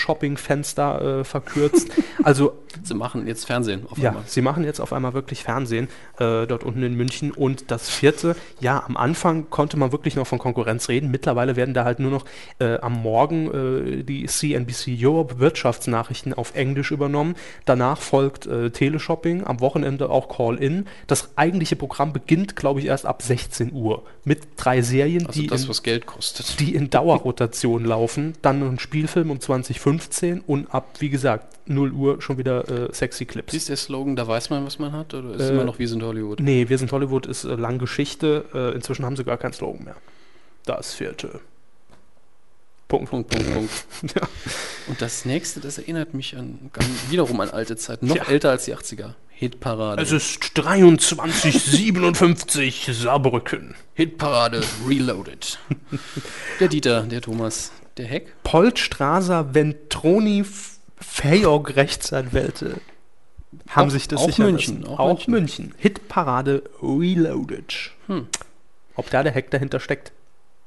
S2: Reise-Shopping-Fenster äh, verkürzt. also
S3: Sie machen jetzt Fernsehen auf
S2: ja,
S3: einmal.
S2: sie machen jetzt auf einmal wirklich Fernsehen äh, dort unten in München. Und das vierte, ja, am Anfang konnte man wirklich noch von Konkurrenz reden. Mittlerweile werden da halt nur noch äh, am Morgen äh, die CNBC Europe Wirtschaftsnachrichten auf Englisch übernommen. Danach folgt äh, Teleshopping, am Wochenende auch Call-In. Das eigentliche Programm beginnt, glaube ich, erst ab 16 Uhr mit drei Serien,
S3: Also
S2: die
S3: das,
S2: in-
S3: was Geld kostet.
S2: die in Dauerrotation laufen, dann ein Spielfilm um 2015 und ab, wie gesagt, 0 Uhr schon wieder äh, sexy Clips.
S3: Ist der Slogan, da weiß man, was man hat? Oder ist es
S2: Äh,
S3: immer noch Wir sind Hollywood?
S2: Nee, Wir sind Hollywood ist äh, lange Geschichte. Äh, inzwischen haben sie gar keinen Slogan mehr. Das vierte. Punkt.
S3: Punkt, Punkt, Punkt.
S2: Ja.
S3: Und das nächste, das erinnert mich an, an wiederum an alte Zeiten, noch
S2: Tja.
S3: älter als die 80er. Hitparade.
S2: ist 2357 Saarbrücken.
S3: Hitparade Reloaded. der Dieter, der Thomas, der Heck.
S2: Poltstraser Ventroni F- Fayog Rechtsanwälte haben
S3: Auch-
S2: sich das
S3: auch
S2: sicher
S3: München,
S2: lassen.
S3: auch
S2: Auch München. Hitparade Reloaded.
S3: Hm.
S2: Ob da der Hack dahinter steckt?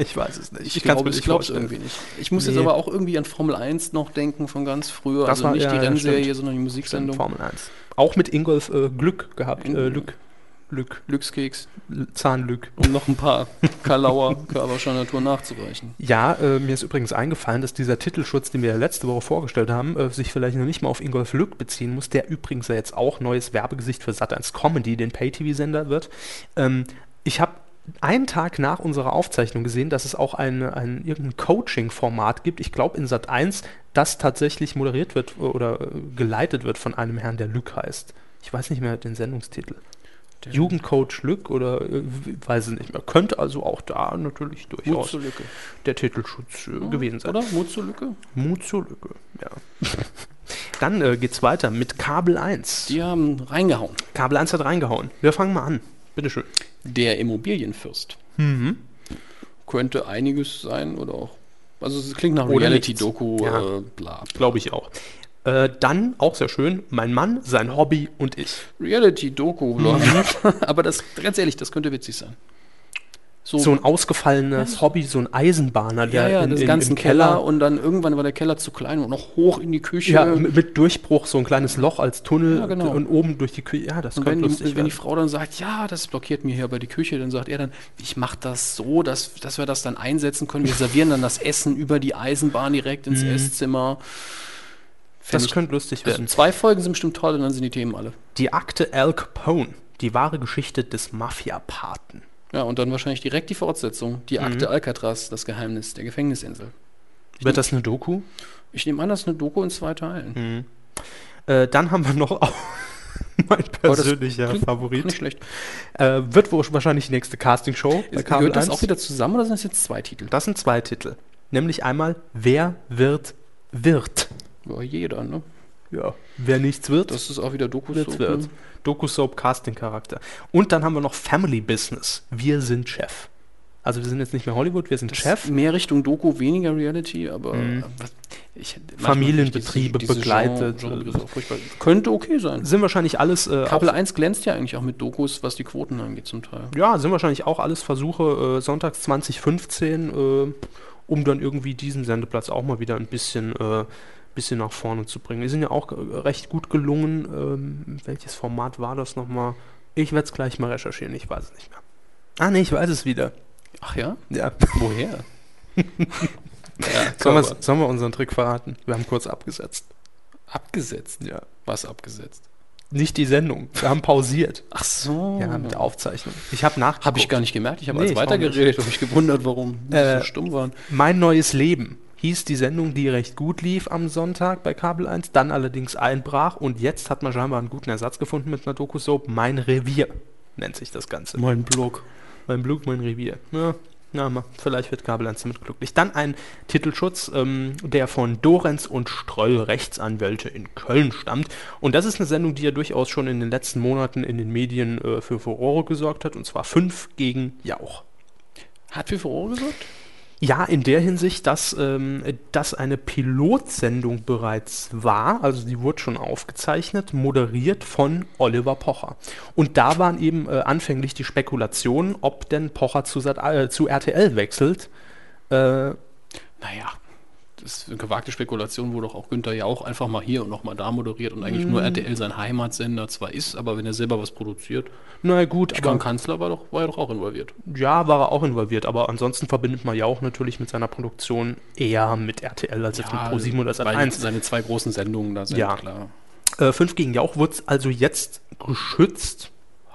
S2: ich weiß es nicht.
S3: Ich,
S2: kann's mir
S3: glaube,
S2: nicht
S3: ich glaube es
S2: vorstellen.
S3: irgendwie nicht. Ich muss
S2: Nee.
S3: jetzt aber auch irgendwie an Formel 1 noch denken von ganz früher.
S2: Das
S3: also
S2: war-
S3: nicht
S2: ja,
S3: die
S2: ja,
S3: Rennserie,
S2: stimmt.
S3: sondern die
S2: Stimmt,
S3: Musiksendung.
S2: Formel 1. Auch mit Ingolf äh, Glück gehabt.
S3: In-
S2: Äh, Lück. Lück.
S3: Glückskeks,
S2: L- Zahnlück.
S3: um noch ein paar Kalauer Körperscher Natur nachzureichen.
S2: Ja, äh, mir ist übrigens eingefallen, dass dieser Titelschutz, den wir ja letzte Woche vorgestellt haben, äh, sich vielleicht noch nicht mal auf Ingolf Lück beziehen muss, der übrigens ja jetzt auch neues Werbegesicht für Sat1 Comedy, den Pay-TV-Sender wird. Ähm, ich habe einen Tag nach unserer Aufzeichnung gesehen, dass es auch ein, ein irgendein Coaching-Format gibt, ich glaube in Sat1, das tatsächlich moderiert wird äh, oder äh, geleitet wird von einem Herrn, der Lück heißt. Ich weiß nicht mehr den Sendungstitel.
S3: Der
S2: Jugendcoach Lück oder äh, w- weiß es nicht mehr. Könnte also auch da natürlich
S3: Mut
S2: durchaus
S3: zur Lücke.
S2: der Titelschutz äh, gewesen sein.
S3: Oder? Mut zur Lücke?
S2: Mut zur Lücke, ja. Dann äh, geht's weiter mit Kabel 1.
S3: Die haben reingehauen.
S2: Kabel 1 hat reingehauen. Wir fangen mal an. Bitteschön.
S3: Der Immobilienfürst.
S2: Mhm.
S3: Könnte einiges sein oder auch. Also es klingt nach
S2: Oder
S3: Reality-Doku,
S2: nichts. Ja.
S3: äh, bla.
S2: Glaube ich auch. Äh, dann, auch sehr schön, mein Mann, sein Hobby und ich. Mhm.
S3: Reality-Doku, bla. Aber das, ganz ehrlich, das könnte witzig sein.
S2: So ein ausgefallenes Hobby, so ein Eisenbahner,
S3: Ja,
S2: der
S3: ja,
S2: in,
S3: den
S2: in,
S3: ganzen
S2: im Keller,
S3: Keller. und dann irgendwann war der Keller zu klein und noch hoch in die Küche.
S2: ja, mit, mit Durchbruch, so ein kleines Loch als Tunnel
S3: Ja, genau.
S2: und oben durch die Küche. Ja, das
S3: und wenn,
S2: könnte
S3: die,
S2: lustig
S3: wenn die
S2: werden.
S3: Frau dann sagt, ja, das blockiert mir hier aber die Küche, dann sagt er dann, ich mache das so, dass, dass wir das dann einsetzen können. Wir servieren dann das Essen über die Eisenbahn direkt ins Esszimmer. Fänd
S2: Mhm. Das
S3: ich-
S2: könnte lustig
S3: also
S2: werden.
S3: zwei Folgen sind bestimmt toll und dann sind die Themen alle.
S2: Die Akte Al Capone, die wahre Geschichte des Mafia-Paten.
S3: Ja, und dann wahrscheinlich direkt die Fortsetzung,
S2: Mhm.
S3: die Akte Alcatraz, das Geheimnis der Gefängnisinsel.
S2: Wird das eine Doku?
S3: Ich nehme an, das ist eine Doku in zwei Teilen.
S2: Mhm. Äh, dann haben wir noch auch mein
S3: Oh, das
S2: persönlicher
S3: klingt- Nicht
S2: Favorit.
S3: schlecht.
S2: Äh, wird wohl wahrscheinlich die nächste Castingshow bei
S3: Ist,
S2: Kabel
S3: gehört das
S2: 1.
S3: auch wieder zusammen oder sind das jetzt zwei Titel?
S2: das sind zwei Titel. Nämlich einmal Wer wird wird.
S3: Ja, jeder, ne?
S2: Ja. Wer nichts wird,
S3: Das ist auch wieder Dokus. ne?
S2: wird's wird. Doku-Soap Casting-Charakter. Und dann haben wir noch Family Business. Wir sind Chef. Also wir sind jetzt nicht mehr Hollywood, wir sind
S3: Chef?
S2: Chef.
S3: Mehr Richtung Doku, weniger Reality, aber
S2: Mhm.
S3: äh, was- ich, manchmal
S2: Familienbetriebe
S3: finde ich
S2: begleitet.
S3: Genre, Genre ist auch furchtbar. Könnte okay sein.
S2: Sind wahrscheinlich alles äh, auch
S3: Kabel 1 glänzt ja eigentlich auch mit Dokus, was die Quoten angeht zum Teil.
S2: Ja, sind wahrscheinlich auch alles Versuche, äh, sonntags 2015, äh, um dann irgendwie diesen Sendeplatz auch mal wieder ein bisschen, äh, bisschen nach vorne zu bringen. Die sind ja auch äh, recht gut gelungen. Ähm, welches Format war das nochmal? Ich werde es gleich mal recherchieren, ich weiß es nicht mehr. Ah, nee, ich weiß es wieder.
S3: Ach ja?
S2: Ja,
S3: Woher? ja,
S2: sollen,
S3: Körper.
S2: wir's- sollen wir unseren Trick verraten? Wir haben kurz abgesetzt.
S3: abgesetzt.
S2: Ja.
S3: Was abgesetzt?
S2: Nicht die Sendung, wir haben pausiert.
S3: Ach so.
S2: Ja, mit der Aufzeichnung. Ich habe nachgeguckt.
S3: Habe ich gar nicht gemerkt. Ich habe
S2: Nee,
S3: alles
S2: ich auch
S3: weitergeredet, habe mich gewundert, warum wir
S2: Äh,
S3: so stumm waren.
S2: Mein neues Leben hieß die Sendung, die recht gut lief am Sonntag bei Kabel 1, dann allerdings einbrach und jetzt hat man scheinbar einen guten Ersatz gefunden mit einer Doku-Soap. Mein Revier nennt sich das Ganze.
S3: Mein Blog.
S2: Mein Blog, mein Revier. Ja, Na, mal, vielleicht wird Gabelanz damit glücklich. Dann ein Titelschutz, ähm, der von Dorenz und Ströll Rechtsanwälte in Köln stammt. Und das ist eine Sendung, die ja durchaus schon in den letzten Monaten in den Medien äh, für Furore gesorgt hat, und zwar 5 gegen Jauch.
S3: Hat für Furore gesorgt?
S2: Ja, in der Hinsicht, dass ähm, das eine Pilotsendung bereits war, also die wurde schon aufgezeichnet, moderiert von Oliver Pocher. Und da waren eben äh, anfänglich die Spekulationen, ob denn Pocher zu, Sat äh, zu RTL wechselt. Äh,
S3: Naja, das ist eine gewagte Spekulation, wo doch auch Günther ja auch einfach mal hier und nochmal da moderiert und eigentlich
S2: Mhm.
S3: nur RTL sein Heimatsender zwar ist, aber wenn er selber was produziert.
S2: na gut,
S3: Ich glaube, Kanzler war, doch, war ja doch auch involviert.
S2: ja, war er auch involviert, aber ansonsten verbindet man ja auch natürlich mit seiner Produktion eher mit RTL als jetzt mit ProSieben oder
S3: weil
S2: Sat1.
S3: Seine zwei großen Sendungen da sind,
S2: Ja.
S3: klar.
S2: Äh, 5 gegen Jauch wird also jetzt geschützt.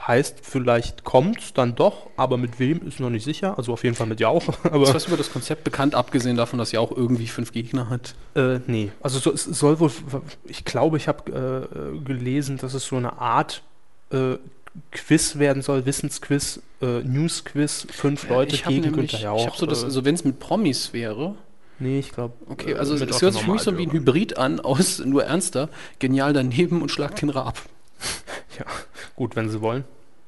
S2: Heißt, vielleicht kommt's dann doch, aber mit wem ist noch nicht sicher. Also auf jeden Fall mit Jauch. Aber,
S3: Ist was über das Konzept bekannt, abgesehen davon, dass ja auch irgendwie fünf Gegner hat?
S2: Äh, nee, also so, es soll wohl, ich glaube, ich habe äh, gelesen, dass es so eine Art äh, Quiz werden soll, Wissensquiz, äh, Newsquiz, fünf Leute
S3: Äh, ich hab
S2: gegen
S3: nämlich,
S2: Günther Jauch.
S3: Ich habe so das,
S2: äh,
S3: also wenn es mit Promis wäre.
S2: nee, ich äh, glaube.
S3: Okay, also es hört sich für mich so wie ein Hybrid an aus nur ernster, genial daneben und schlagt den Rab.
S2: Ja, gut, wenn sie wollen.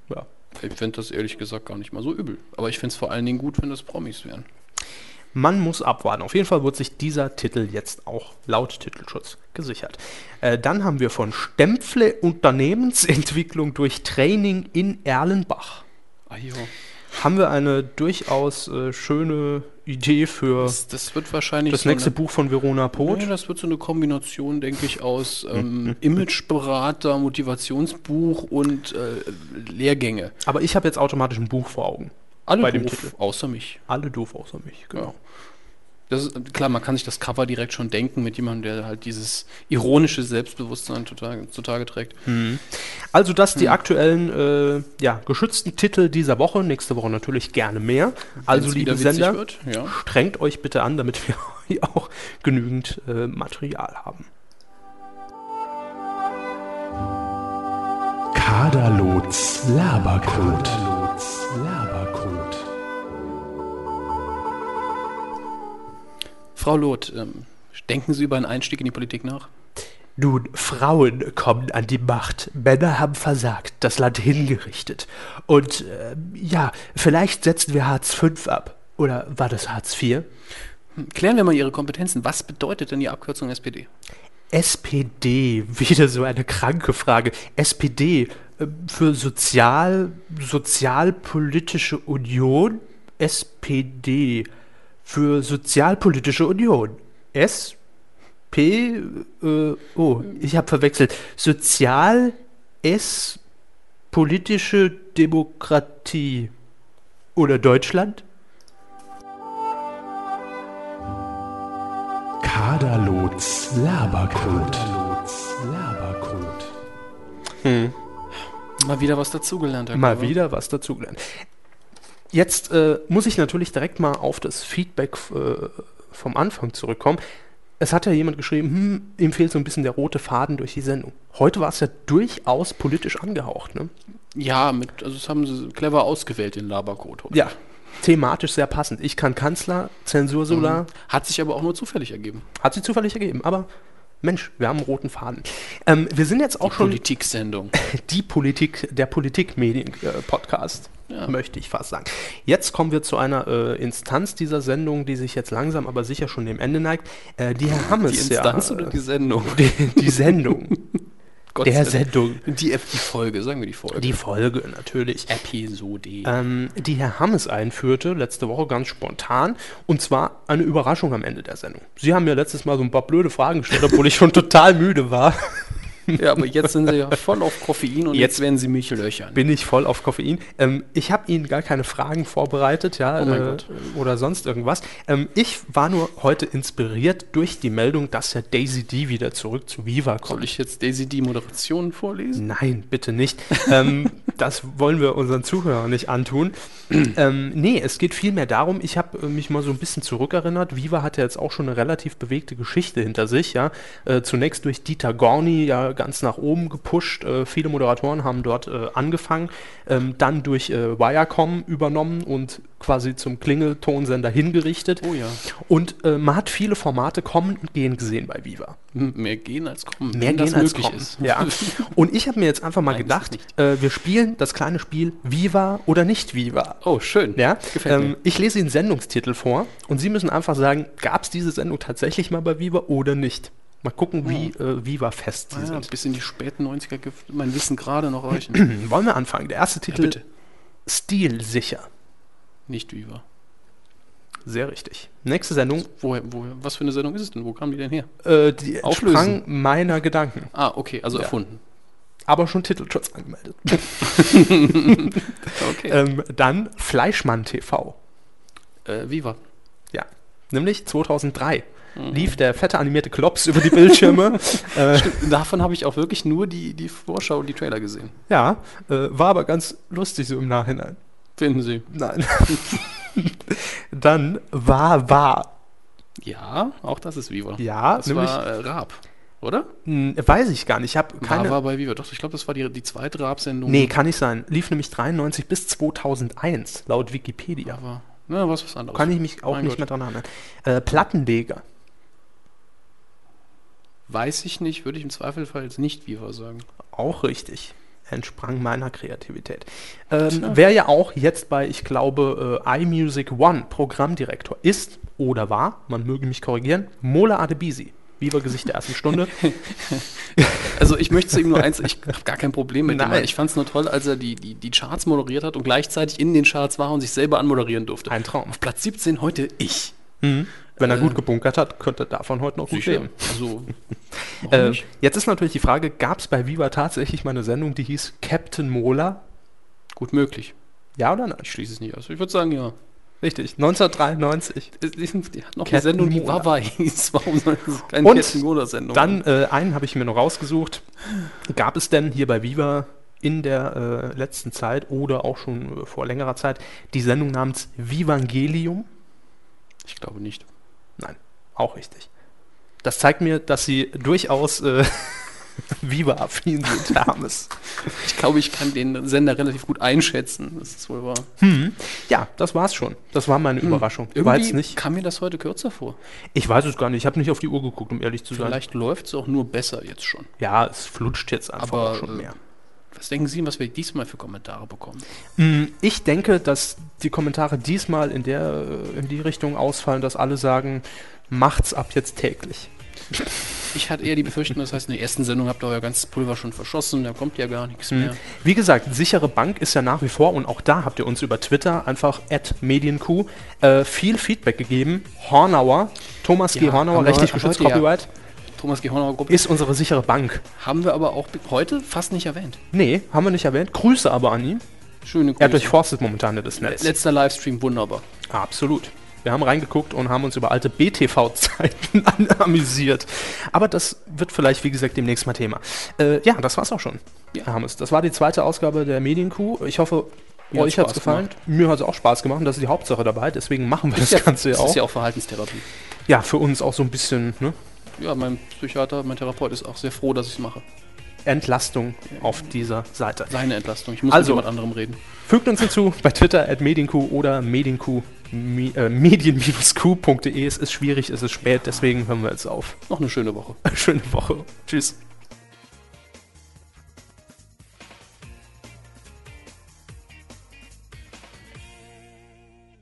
S2: Ja.
S3: Ich fände das ehrlich gesagt gar nicht mal so übel. Aber ich fände es vor allen Dingen gut, wenn das Promis wären.
S2: Man muss abwarten. Auf jeden Fall wird sich dieser Titel jetzt auch laut Titelschutz gesichert. Äh, dann haben wir von Stempfle Unternehmensentwicklung durch Training in Erlenbach.
S3: Ah, jo.
S2: Haben wir eine durchaus äh, schöne Idee für
S3: Das, das wird wahrscheinlich
S2: das
S3: so
S2: nächste
S3: eine,
S2: Buch von Verona
S3: Nee,
S2: Poth.
S3: das wird so eine Kombination, denke ich, aus ähm, Imageberater, Motivationsbuch und äh, Lehrgänge.
S2: Aber ich habe jetzt automatisch ein Buch vor Augen.
S3: Alle
S2: Bei dem
S3: doof,
S2: Titel.
S3: außer mich.
S2: Alle doof außer mich, genau.
S3: Genau. Das ist, klar, man kann sich das Cover direkt schon denken mit jemandem, der halt dieses ironische Selbstbewusstsein zutage, zutage trägt.
S2: Also das
S3: hm.
S2: die aktuellen äh, ja, geschützten Titel dieser Woche. Nächste Woche natürlich gerne mehr. Also
S3: Wenn's
S2: liebe
S3: wieder witzig
S2: Sender,
S3: wird, ja.
S2: strengt euch bitte an, damit wir hier auch genügend äh, Material haben.
S1: Kaderlots Labercode. Kaderlots Labercode.
S3: Frau Loth, ähm, denken Sie über einen Einstieg in die Politik nach?
S2: Nun, Frauen kommen an die Macht. Männer haben versagt, das Land hingerichtet. Und äh, ja, vielleicht setzen wir Hartz V ab. Oder war das Hartz IV?
S3: Hm, Klären wir mal Ihre Kompetenzen. Was bedeutet denn die Abkürzung SPD?
S2: SPD, wieder so eine kranke Frage. SPD äh, für Sozial, Sozialpolitische Union? SPD für Sozialpolitische Union. S? P? Äh, oh, ich habe verwechselt. Sozial, S, politische Demokratie. Oder Deutschland?
S1: Kaderlots Labercode. Kaderlots Labercode.
S3: Mal wieder was dazugelernt. Herr
S2: Mal
S3: Körber.
S2: wieder was dazugelernt. Jetzt äh, muss ich natürlich direkt mal auf das Feedback äh, vom Anfang zurückkommen. Es hat ja jemand geschrieben, hm, ihm fehlt so ein bisschen der rote Faden durch die Sendung. Heute war es ja durchaus politisch angehaucht. Ne?
S3: Ja, mit, also das haben Sie clever ausgewählt, den Labercode. heute.
S2: Ja, thematisch sehr passend. Ich kann Kanzler, Zensur Solar,
S3: Hm. Hat sich aber auch nur zufällig ergeben.
S2: hat sie zufällig ergeben, aber Mensch, wir haben einen roten Faden. Ähm, wir sind jetzt auch schon
S3: Politiksendung.
S2: die Politik, der Politikmedien-Podcast,
S3: Ja.
S2: möchte ich fast sagen. Jetzt kommen wir zu einer äh, Instanz dieser Sendung, die sich jetzt langsam, aber sicher schon dem Ende neigt. Äh, die Herr Hammes,
S3: Die Instanz
S2: ja,
S3: oder
S2: äh,
S3: die Sendung?
S2: die, die Sendung,
S3: Gott
S2: der
S3: sei Dank.
S2: Sendung,
S3: Die, F- die Folge, sagen wir die Folge.
S2: die Folge natürlich.
S3: Episode.
S2: Ähm, die Herr Hammes einführte, letzte Woche ganz spontan, und zwar eine Überraschung am Ende der Sendung. Sie haben mir letztes Mal so ein paar blöde Fragen gestellt, obwohl ich schon total müde war.
S3: Ja, aber jetzt sind sie ja voll auf Koffein und jetzt,
S2: Jetzt-
S3: werden sie mich löchern.
S2: bin ich voll auf Koffein. Ähm, ich habe Ihnen gar keine Fragen vorbereitet, ja,
S3: Oh mein
S2: äh,
S3: Gott.
S2: oder sonst irgendwas. Ähm, ich war nur heute inspiriert durch die Meldung, dass ja Daisy D wieder zurück zu Viva kommt.
S3: Soll ich jetzt Daisy die Moderation vorlesen?
S2: Nein, bitte nicht. ähm, das wollen wir unseren Zuhörern nicht antun. ähm, nee, es geht vielmehr darum, ich habe äh, mich mal so ein bisschen zurückerinnert. Viva hat ja jetzt auch schon eine relativ bewegte Geschichte hinter sich. Ja? Äh, zunächst durch Dieter Gorni ja ganz nach oben gepusht. Äh, viele Moderatoren haben dort äh, angefangen. Ähm, dann durch äh, Viacom übernommen und quasi zum Klingeltonsender hingerichtet.
S3: Oh ja.
S2: Und äh, man hat viele Formate kommen und gehen gesehen bei Viva.
S3: M- Mehr gehen als kommen.
S2: Mehr gehen
S3: wenn das
S2: als
S3: möglich
S2: kommen.
S3: ist.
S2: Ja. Und ich habe mir jetzt einfach mal
S3: Nein, ist es
S2: gedacht, äh, wir spielen das kleine Spiel Viva oder nicht Viva.
S3: Oh, schön.
S2: Ja,
S3: Gefällt
S2: ähm,
S3: mir.
S2: ich lese Ihnen Sendungstitel vor und Sie müssen einfach sagen, gab es diese Sendung tatsächlich mal bei Viva oder nicht? Mal gucken, wie äh, Viva-fest Sie
S3: Ah,
S2: sind.
S3: bis in die späten 90er ge- mein Wissen gerade noch reichen.
S2: Hm, Wollen wir anfangen? Der erste Titel,
S3: bitte.
S2: Stilsicher.
S3: Nicht Viva.
S2: Sehr richtig. Nächste Sendung,
S3: Woher, woher, was für eine Sendung ist es denn? Wo kam die denn her?
S2: äh, die
S3: Auflösen.
S2: entsprang meiner Gedanken,
S3: Ah, okay, also
S2: Ja.
S3: erfunden.
S2: aber schon Titelschutz angemeldet.
S3: Okay.
S2: ähm, dann Fleischmann TV.
S3: Äh, Viva.
S2: Ja, nämlich 2003
S3: Mhm.
S2: lief der fette animierte Klops über die Bildschirme. äh,
S3: Davon habe ich auch wirklich nur die, die Vorschau und die Trailer gesehen.
S2: ja, äh, war aber ganz lustig so im Nachhinein.
S3: Finden Sie.
S2: Nein. Dann war, war.
S3: Ja, auch das ist Viva.
S2: Ja,
S3: das
S2: nämlich,
S3: war äh, Raab, oder?
S2: Hm, weiß ich gar nicht. Ich habe keine.
S3: Raab war bei Viva. Doch, ich glaube, das war die, die zweite Raab-Sendung.
S2: nee, kann nicht sein. Lief nämlich 93 bis 2001, laut Wikipedia.
S3: aber na, was was anderes.
S2: Kann ich mich auch
S3: Mein
S2: nicht
S3: Gott.
S2: mehr dran erinnern. Äh, Plattenleger.
S3: Weiß ich nicht, würde ich im Zweifelfall jetzt nicht Viva sagen.
S2: Auch richtig. Entsprang meiner Kreativität. Ähm,
S3: Tja.
S2: Wer ja auch jetzt bei, ich glaube, äh, iMusic One Programmdirektor ist oder war, man möge mich korrigieren, Mola Adebisi. Viva Gesicht der ersten Stunde.
S3: Also ich möchte zu ihm nur eins, ich habe gar kein Problem mit
S2: Nein.
S3: dem. Ich fand es nur toll, als er die, die, die Charts moderiert hat und gleichzeitig in den Charts war und sich selber anmoderieren durfte.
S2: Ein Traum.
S3: Auf Platz 17 heute ich.
S2: Mhm. Wenn er
S3: Äh,
S2: gut gebunkert hat, könnte er davon heute noch gut leben.
S3: Also, warum
S2: Äh,
S3: nicht?
S2: jetzt ist natürlich die Frage, gab es bei Viva tatsächlich mal eine Sendung, die hieß Captain Mola?
S3: gut möglich.
S2: Ja oder nein?
S3: Ich schließe es nicht aus. Ich würde sagen, ja.
S2: Richtig, 1993.
S3: Es- Die die hat
S2: Captain
S3: noch eine Sendung, die
S2: Mola.
S3: Wawa hieß. Warum soll es keine
S2: Und
S3: Captain Mola-Sendung
S2: Dann äh, einen habe ich mir noch rausgesucht. Gab es denn hier bei Viva in der äh, letzten Zeit oder auch schon äh, vor längerer Zeit die Sendung namens Vivangelium?
S3: Ich glaube nicht.
S2: Nein, auch richtig. Das zeigt mir, dass sie durchaus äh, Viva-affin sind, Hermes.
S3: Ich glaube, ich kann den Sender relativ gut einschätzen. Das ist wohl wahr.
S2: Hm. Ja, das war's schon. Das war
S3: Hm.
S2: meine Überraschung. War jetzt nicht.
S3: kam mir das heute kürzer vor.
S2: Ich weiß es gar nicht. Ich habe nicht auf die Uhr geguckt, um ehrlich zu sein.
S3: Vielleicht läuft es auch nur besser jetzt schon.
S2: Ja, es flutscht jetzt einfach
S3: Aber,
S2: auch schon
S3: äh,
S2: mehr.
S3: Was denken Sie, was wir diesmal für Kommentare bekommen?
S2: Mm, Ich denke, dass die Kommentare diesmal in, der, äh, in die Richtung ausfallen, dass alle sagen, macht's ab jetzt täglich.
S3: Ich hatte eher die Befürchtung, das heißt, in der ersten Sendung habt ihr euer ganzes Pulver schon verschossen, da kommt ja gar
S2: Mhm.
S3: nichts mehr.
S2: Wie gesagt, sichere Bank ist ja nach wie vor und auch da habt ihr uns über Twitter einfach at medienq äh, viel Feedback gegeben. Hornauer, Thomas G.
S3: Ja,
S2: Hornauer,
S3: haben wir
S2: rechtlich
S3: heute-
S2: geschützt,
S3: heute ja.
S2: Copyright,
S3: Thomas Gehornauer Gruppe
S2: ist unsere sichere Bank.
S3: haben wir aber auch bi- heute fast nicht erwähnt.
S2: Nee, haben wir nicht erwähnt. Grüße aber an ihn. Er
S3: Schöne Grüße.
S2: durchforstet momentan das Netz.
S3: Letzter Livestream, wunderbar.
S2: Absolut. Wir haben reingeguckt und haben uns über alte BTV-Zeiten an- amüsiert. Aber das wird vielleicht, wie gesagt, demnächst mal Thema. Äh, ja, das war's auch schon,
S3: Ja.
S2: Hermes. Das war die zweite Ausgabe der Medienkuh. Ich hoffe,
S3: Mir hat's
S2: euch hat's
S3: Spaß
S2: gefallen. Mir hat's auch Spaß gemacht und das ist die Hauptsache dabei. Deswegen machen wir das Ganze ja
S3: Das
S2: auch.
S3: ist ja auch Verhaltenstherapie.
S2: Ja, für uns auch so ein bisschen ne?
S3: Ja, mein Psychiater, mein Therapeut ist auch sehr froh, dass ich es mache.
S2: Entlastung auf dieser Seite.
S3: Seine Entlastung. Ich muss
S2: Also-
S3: mit jemand anderem reden.
S2: Fügt uns hinzu bei Twitter at medienq oder medienq, mi- äh, medien-q.de. Es ist schwierig, es ist spät, deswegen hören wir jetzt auf.
S3: Noch eine schöne Woche.
S2: Schöne Woche. Tschüss.